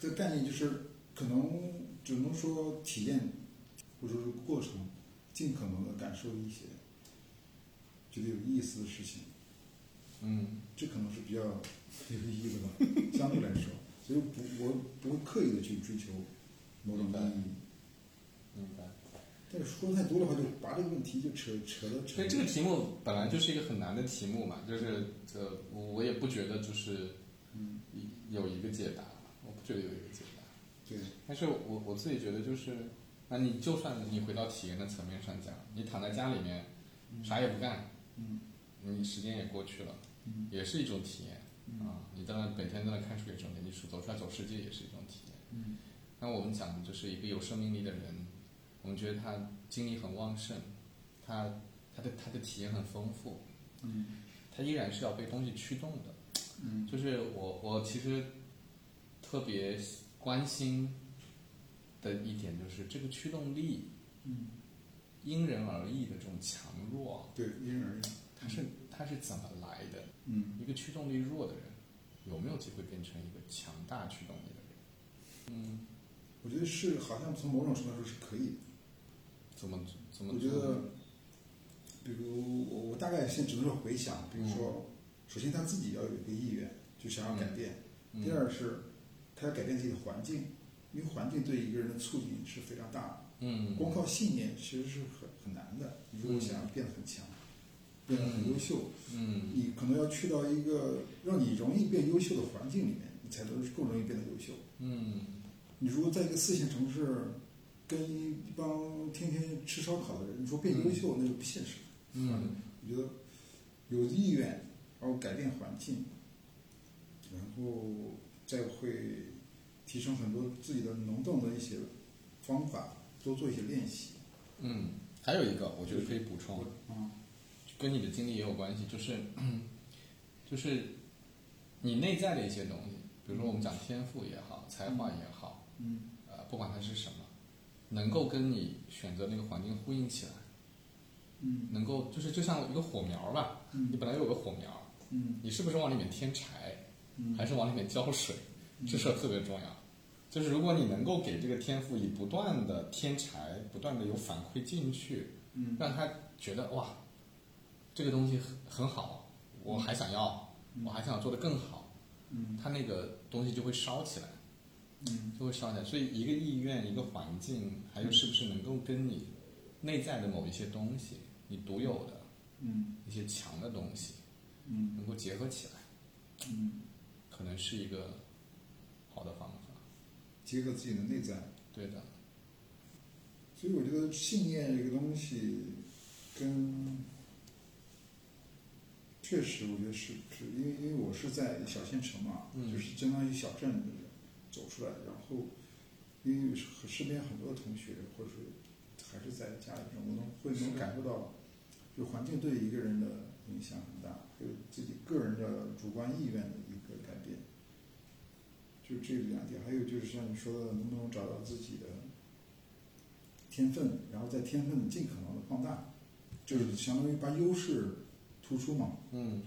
Speaker 2: 这个概念就是可能只能说体验或者是过程，尽可能的感受一些觉得有意思的事情，
Speaker 1: 嗯
Speaker 2: 这可能是比较有意义 的吧，相对来说，所以不我不会刻意的去追求某种意义。
Speaker 1: 嗯明白。
Speaker 2: 但是说太多的话，就把这个问题就扯扯了扯
Speaker 1: 所以
Speaker 2: 了。
Speaker 1: 这个题目本来就是一个很难的题目嘛，就是呃，我也不觉得就是
Speaker 2: 嗯，
Speaker 1: 有一个解答，我不觉得有一个解答。
Speaker 2: 对，
Speaker 1: 但是我我自己觉得就是，那你就算你回到体验的层面上讲，你躺在家里面啥也不干，
Speaker 2: 嗯
Speaker 1: 你时间也过去了，
Speaker 2: 嗯
Speaker 1: 也是一种体验
Speaker 2: 嗯
Speaker 1: 啊。你在那每天在那看书也是一种艺术，走出来走世界也是一种体验。
Speaker 2: 嗯
Speaker 1: 那我们讲的就是一个有生命力的人，我们觉得他精力很旺盛，他他的他的体验很丰富，
Speaker 2: 嗯
Speaker 1: 他依然是要被东西驱动的。
Speaker 2: 嗯
Speaker 1: 就是我我其实特别关心的一点就是这个驱动力
Speaker 2: 嗯，
Speaker 1: 因人而异的这种强弱，
Speaker 2: 对，因人而异。
Speaker 1: 它是它是怎么来的？
Speaker 2: 嗯
Speaker 1: 一个驱动力弱的人，有没有机会变成一个强大驱动力的人？嗯，
Speaker 2: 我觉得是，好像从某种程度上是可以的。
Speaker 1: 怎么怎么？
Speaker 2: 我觉得，比如我我大概现在只能是回想，比如说，首先他自己要有一个意愿，就想要改变；
Speaker 1: 嗯
Speaker 2: 第二是，他要改变自己的环境，因为环境对一个人的促进是非常大的。
Speaker 1: 嗯，
Speaker 2: 光靠信念其实是很很难的。你如果想要变得很强，变得很优秀，
Speaker 1: 嗯
Speaker 2: 你可能要去到一个让你容易变优秀的环境里面，你才能更容易变得优秀。
Speaker 1: 嗯
Speaker 2: 你如果在一个四线城市，跟一帮天天吃烧烤的人，你说变优秀，那是不现实的。
Speaker 1: 嗯
Speaker 2: 我觉得有意愿，然后改变环境，然后再会提升很多自己的能动的一些方法，多做一些练习。
Speaker 1: 嗯，还有一个我觉得可以补充，
Speaker 2: 嗯
Speaker 1: 跟你的经历也有关系，就是， 就是你内在的一些东西，比如说我们讲天赋也好，才华也好，
Speaker 2: 嗯
Speaker 1: 呃，不管它是什么，能够跟你选择那个环境呼应起来，
Speaker 2: 嗯
Speaker 1: 能够就是就像一个火苗吧，
Speaker 2: 嗯
Speaker 1: 你本来有个火苗，
Speaker 2: 嗯
Speaker 1: 你是不是往里面添柴，
Speaker 2: 嗯，
Speaker 1: 还是往里面浇水，这事儿特别重要。就是如果你能够给这个天赋以不断的添柴，不断的有反馈进去，
Speaker 2: 嗯
Speaker 1: 让他觉得哇，这个东西很很好，我还想要，我还想做得更好，
Speaker 2: 嗯
Speaker 1: 他那个东西就会烧起来，
Speaker 2: 嗯
Speaker 1: 就会烧起来。所以一个意愿，一个环境，还有是不是能够跟你内在的某一些东西，你独有的
Speaker 2: 嗯
Speaker 1: 一些强的东西，
Speaker 2: 嗯
Speaker 1: 能够结合起来，
Speaker 2: 嗯，
Speaker 1: 可能是一个好的方法。
Speaker 2: 结合自己的内在。
Speaker 1: 对的，
Speaker 2: 所以我觉得信念这个东西跟确实，我觉得是是因为因为我是在小县城嘛，
Speaker 1: 嗯
Speaker 2: 就是相当于小镇里面走出来，然后因为和身边很多同学或者是还是在家里面，我能会能
Speaker 1: 是
Speaker 2: 感受到，就环境对一个人的影响很大，还有自己个人的主观意愿的一个改变。就这两点，还有就是像你说的，能不能找到自己的天分，然后在天分尽可能的放大，就是相当于把优势突出嘛。
Speaker 1: 嗯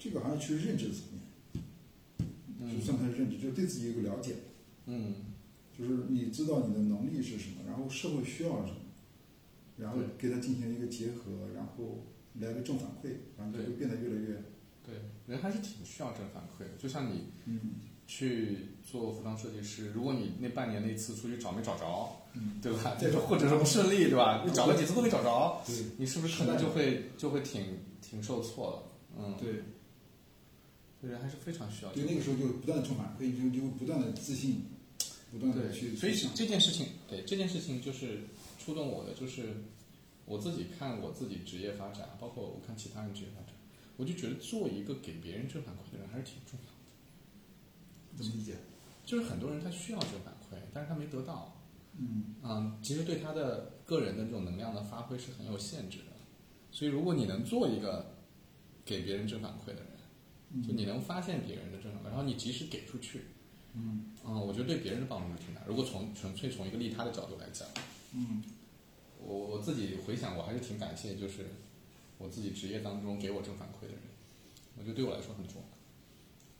Speaker 2: 这个好像去认知层面，就
Speaker 1: 嗯
Speaker 2: 算他认知，就对自己有个了解，
Speaker 1: 嗯
Speaker 2: 就是你知道你的能力是什么，然后社会需要什么，然后
Speaker 1: 对
Speaker 2: 给它进行一个结合，然后来个正反馈，然后就会
Speaker 1: 对
Speaker 2: 变得越来越，
Speaker 1: 对，人还是挺需要正反馈的，就像你
Speaker 2: 嗯
Speaker 1: 去做服装设计师，如果你那半年那一次出去找没找着，
Speaker 2: 嗯，
Speaker 1: 对 吧？
Speaker 2: 对
Speaker 1: 这种或者是不顺利，对吧？你找了几次都没找着，
Speaker 2: 对
Speaker 1: 你是不嗯是可能就会就会挺挺受挫了？嗯，，
Speaker 2: 对，
Speaker 1: 人还是非常需要这
Speaker 2: 对，
Speaker 1: 个
Speaker 2: 那个时候就不断的正反馈，就就不断的自信，不断的去，
Speaker 1: 对，嗯所以
Speaker 2: 想
Speaker 1: 这件事情，对这件事情就是触动我的，就是我自己看我自己职业发展，包括我看其他人职业发展，我就觉得做一个给别人正反馈的人还是挺重要的。
Speaker 2: 怎么理解？
Speaker 1: 就是很多人他需要正反馈，但是他没得到，
Speaker 2: 嗯
Speaker 1: 嗯，其实对他的个人的这种能量的发挥是很有限制的，所以如果你能做一个给别人正反馈的人，
Speaker 2: 嗯
Speaker 1: 就你能发现别人的正反馈，然后你及时给出去，
Speaker 2: 嗯
Speaker 1: 嗯，我觉得对别人的帮助是挺大。如果从纯粹从一个利他的角度来讲，
Speaker 2: 嗯
Speaker 1: 我我自己回想，我还是挺感谢，就是我自己职业当中给我正反馈的人，我觉得对我来说很重要。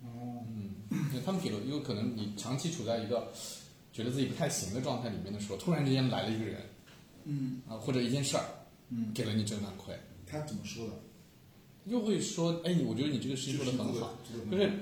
Speaker 2: 哦
Speaker 1: 嗯，因为他们给了，因为可能你长期处在一个觉得自己不太行的状态里面的时候，突然之间来了一个人
Speaker 2: 嗯
Speaker 1: 啊，或者一件事儿，
Speaker 2: 嗯，
Speaker 1: 给了你正反馈，
Speaker 2: 他怎么说的？
Speaker 1: 又会说，哎，你我觉得你这个事情做得很好，
Speaker 2: 就是这个，
Speaker 1: 就是，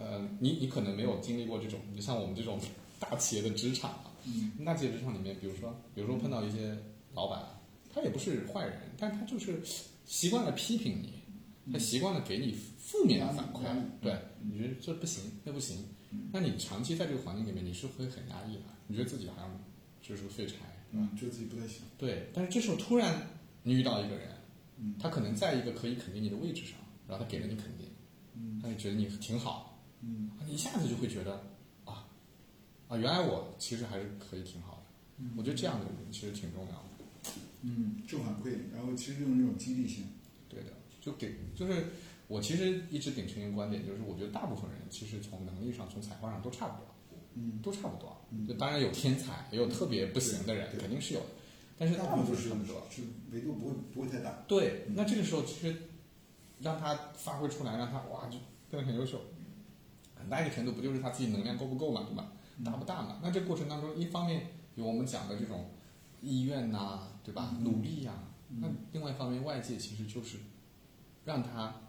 Speaker 1: 呃，你你可能没有经历过这种，就像我们这种大企业的职场啊，
Speaker 2: 嗯
Speaker 1: 大企业职场里面，比如说，比如说碰到一些老板啊，他也不是坏人，但他就是习惯了批评你，他习惯了给你负面的反馈
Speaker 2: 压力压力，
Speaker 1: 对，你觉得这不行，那不行，那你长期在这个环境里面，你是会很压抑的，你觉得自己好像就是个废柴，
Speaker 2: 嗯，觉得自己不太行，
Speaker 1: 对，但是这时候突然你遇到一个人，
Speaker 2: 嗯
Speaker 1: 他可能在一个可以肯定你的位置上，然后他给了你肯定，
Speaker 2: 嗯
Speaker 1: 他就觉得你挺好，
Speaker 2: 嗯
Speaker 1: 你一下子就会觉得啊啊，原来我其实还是可以挺好的。我觉得这样的人其实挺重要的。
Speaker 2: 嗯，正反馈，然后其实就是那种激励性。
Speaker 1: 对的，就给就是我其实一直秉承一个观点，就是我觉得大部分人其实从能力上、从才华上都差不多，
Speaker 2: 嗯，
Speaker 1: 都差不多
Speaker 2: 嗯。
Speaker 1: 就当然有天才，也有特别不行的人，
Speaker 2: 对对
Speaker 1: 肯定是有的，但是大部分
Speaker 2: 是
Speaker 1: 差不多。
Speaker 2: 是维度不会不会太大。
Speaker 1: 对，那这个时候其实让他发挥出来，让他哇就变得很优秀，很大一个程度不就是他自己能量够不够嘛，对吧？大不大嘛？那这个过程当中，一方面有我们讲的这种意愿呐、对吧？努力呀、那另外一方面，外界其实就是让他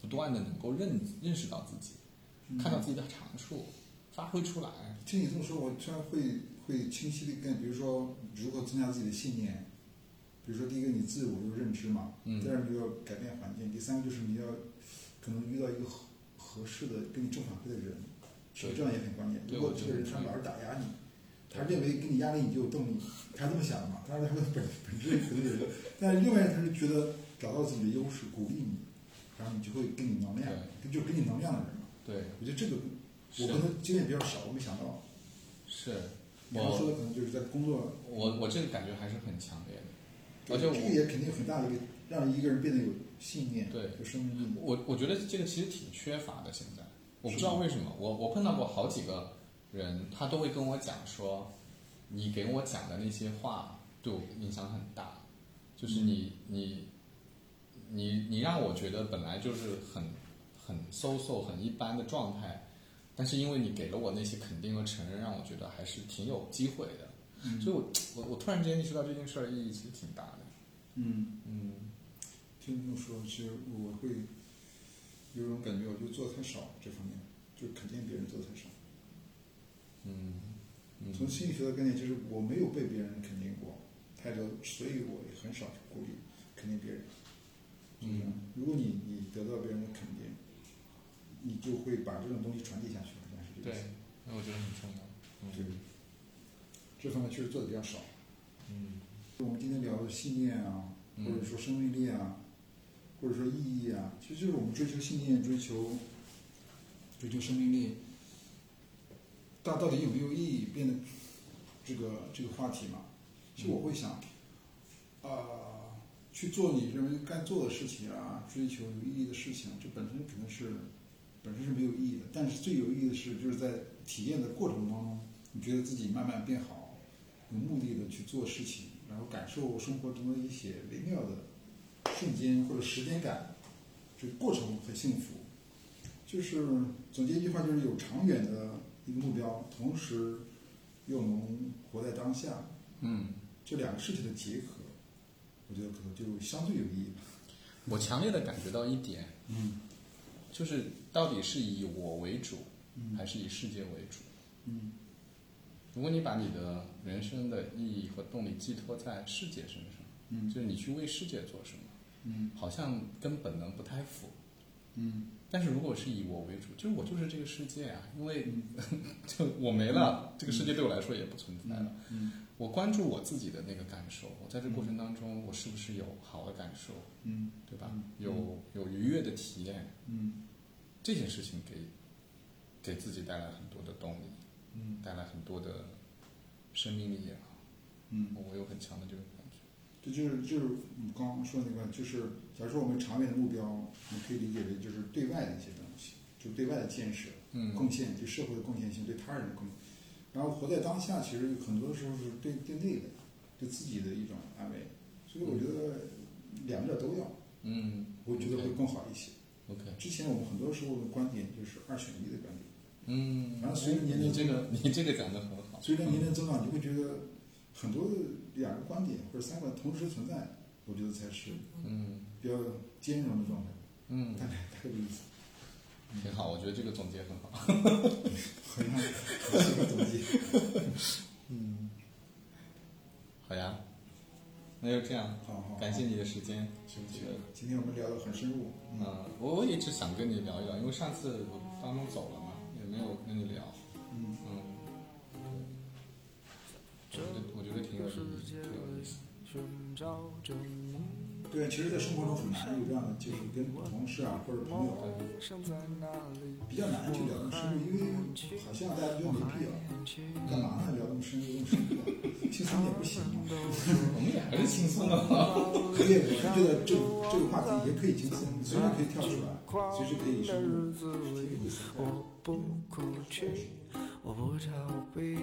Speaker 1: 不断的能够认认识到自己，看到自己的长处，发挥出来。
Speaker 2: 听你这么说，我突然会会清晰的跟，比如说如何增加自己的信念，比如说第一个你自我就是认知嘛，
Speaker 1: 嗯
Speaker 2: 第二个就要改变环境，第三个就是你要可能遇到一个合合适的跟你正反馈的人，
Speaker 1: 对
Speaker 2: 这样也很关键。
Speaker 1: 对
Speaker 2: 如果
Speaker 1: 我觉
Speaker 2: 这
Speaker 1: 得
Speaker 2: 个人他
Speaker 1: 对
Speaker 2: 老是打压你，他认为给你压力你就有动力，他这么想的嘛，当然他的本本质可能有个，但是另外他是觉得找到自己的优势，鼓励你，然后你就会给你能量，就给你能量的人嘛。
Speaker 1: 对，
Speaker 2: 我觉得这个我
Speaker 1: 是
Speaker 2: 可能经验比较少，我没想到。
Speaker 1: 是
Speaker 2: 你要说
Speaker 1: 我
Speaker 2: 的可能就是在工作，
Speaker 1: 我我这个感觉还是很强烈的，而且
Speaker 2: 这个
Speaker 1: 我。
Speaker 2: 也肯定有很大的一个让一个人变得有信念，
Speaker 1: 对
Speaker 2: 有生命力。
Speaker 1: 我我觉得这个其实挺缺乏的，现在我不
Speaker 2: 是
Speaker 1: 知道为什么，我我碰到过好几个人，他都会跟我讲说，你给我讲的那些话对我影响很大，就是你
Speaker 2: 嗯
Speaker 1: 你你你让我觉得本来就是很很 so so 很一般的状态，但是因为你给了我那些肯定和承认，让我觉得还是挺有机会的，所以我我我突然间意识到这件事儿意义其实挺大的，
Speaker 2: 嗯，
Speaker 1: 嗯，
Speaker 2: 听这么说，其实我会有一种感觉，我就做得太少这方面，就肯定别人做得太少。
Speaker 1: 嗯嗯
Speaker 2: 从心理学的概念就是我没有被别人肯定过太多，所以我也很少去鼓励肯定别人。就
Speaker 1: 嗯
Speaker 2: 这样，如果你你得到别人的肯定，你就会把这种东西传递下去，好像是这
Speaker 1: 对
Speaker 2: 个意思。，
Speaker 1: 那我觉得很重要，
Speaker 2: 对，这方面确实做的比较少。
Speaker 1: 嗯。
Speaker 2: 我们今天聊的信念啊，
Speaker 1: 嗯
Speaker 2: 或者说生命力啊，或者说意义啊，其实就是我们追求信念、追求追求生命力，但到底有没有意义，变得这个这个话题嘛？其实我会想，呃，去做你认为该做的事情啊，追求有意义的事情，这本身可能是本身是没有意义的。但是最有意义的是，就是在体验的过程当中，你觉得自己慢慢变好，有目的的去做事情，然后感受生活中的一些微妙的瞬间或者时间感，这个过程很幸福。就是总结一句话，就是有长远的一个目标，同时又能活在当下，
Speaker 1: 嗯，
Speaker 2: 这两个事情的结合，我觉得可能就相对有意义吧。
Speaker 1: 我强烈的感觉到一点，
Speaker 2: 嗯
Speaker 1: 就是到底是以我为主，
Speaker 2: 嗯
Speaker 1: 还是以世界为主？
Speaker 2: 嗯
Speaker 1: 如果你把你的人生的意义和动力寄托在世界身上，
Speaker 2: 嗯
Speaker 1: 就是你去为世界做什么，
Speaker 2: 嗯
Speaker 1: 好像跟本能不太符。
Speaker 2: 嗯
Speaker 1: 但是如果是以我为主，就是我就是这个世界啊，因为 就我没了，这个世界对我来说也不存在了。
Speaker 2: 嗯
Speaker 1: 我关注我自己的那个感受，我在这过程当中，我是不是有好的感受，
Speaker 2: 嗯
Speaker 1: 对吧
Speaker 2: 嗯？
Speaker 1: 有有愉悦的体验，
Speaker 2: 嗯
Speaker 1: 这件事情给给自己带来很多的动力，
Speaker 2: 嗯
Speaker 1: 带来很多的生命力也好，
Speaker 2: 嗯，
Speaker 1: 我有很强的这种感觉。
Speaker 2: 这就是就是你刚刚说的那个，就是假如说我们长远的目标，你可以理解为就是对外的一些东西，就对外的建设、
Speaker 1: 嗯
Speaker 2: 贡献，对社会的贡献性，对他人的贡献。然后活在当下，其实很多时候是对对内的，对自己的一种安慰。所以我觉得两者都要，
Speaker 1: 嗯，
Speaker 2: 我觉得会更好一些。
Speaker 1: OK。
Speaker 2: 之前我们很多时候的观点就是二选一的观点，
Speaker 1: 嗯，
Speaker 2: 然后随着年龄
Speaker 1: 你这个你这个讲的很好。
Speaker 2: 随着年龄增长，你会觉得很多的两个观点或者三个同时存在，我觉得才是
Speaker 1: 嗯
Speaker 2: 比较兼容的状态，
Speaker 1: 嗯，
Speaker 2: 大概大概的意思。
Speaker 1: 挺好，我觉得这个总结很好。
Speaker 2: 好像很适合总结。
Speaker 1: 好呀，那就这样。
Speaker 2: 好好好
Speaker 1: 感谢你的时间。
Speaker 2: 行行，今天我们聊得很深入，
Speaker 1: 嗯，我我一直想跟你聊一聊，因为上次我当中走了嘛，也没有跟你聊。
Speaker 2: 嗯
Speaker 1: 嗯，对我觉得我觉得挺有意义，挺有意思。
Speaker 4: 寻找着你
Speaker 2: 对，其实，在生活中很难有这样的，就是跟同事啊或者朋友
Speaker 1: 嗯
Speaker 2: 啊比较难去聊那么深入，因为好像大家觉得没必要，干嘛呢？聊那么深入，那么深入，轻松点不行吗？
Speaker 1: 我们也还是轻松的嘛。
Speaker 2: 可以，我觉得这个这个话题也可以轻松，你随时可以跳出来，随时可以深入，
Speaker 3: 我不哭泣，我不逃避。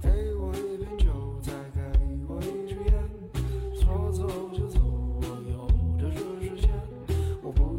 Speaker 3: 给我一瓶酒，再给我一支烟，说走就走，我有的是时间。我不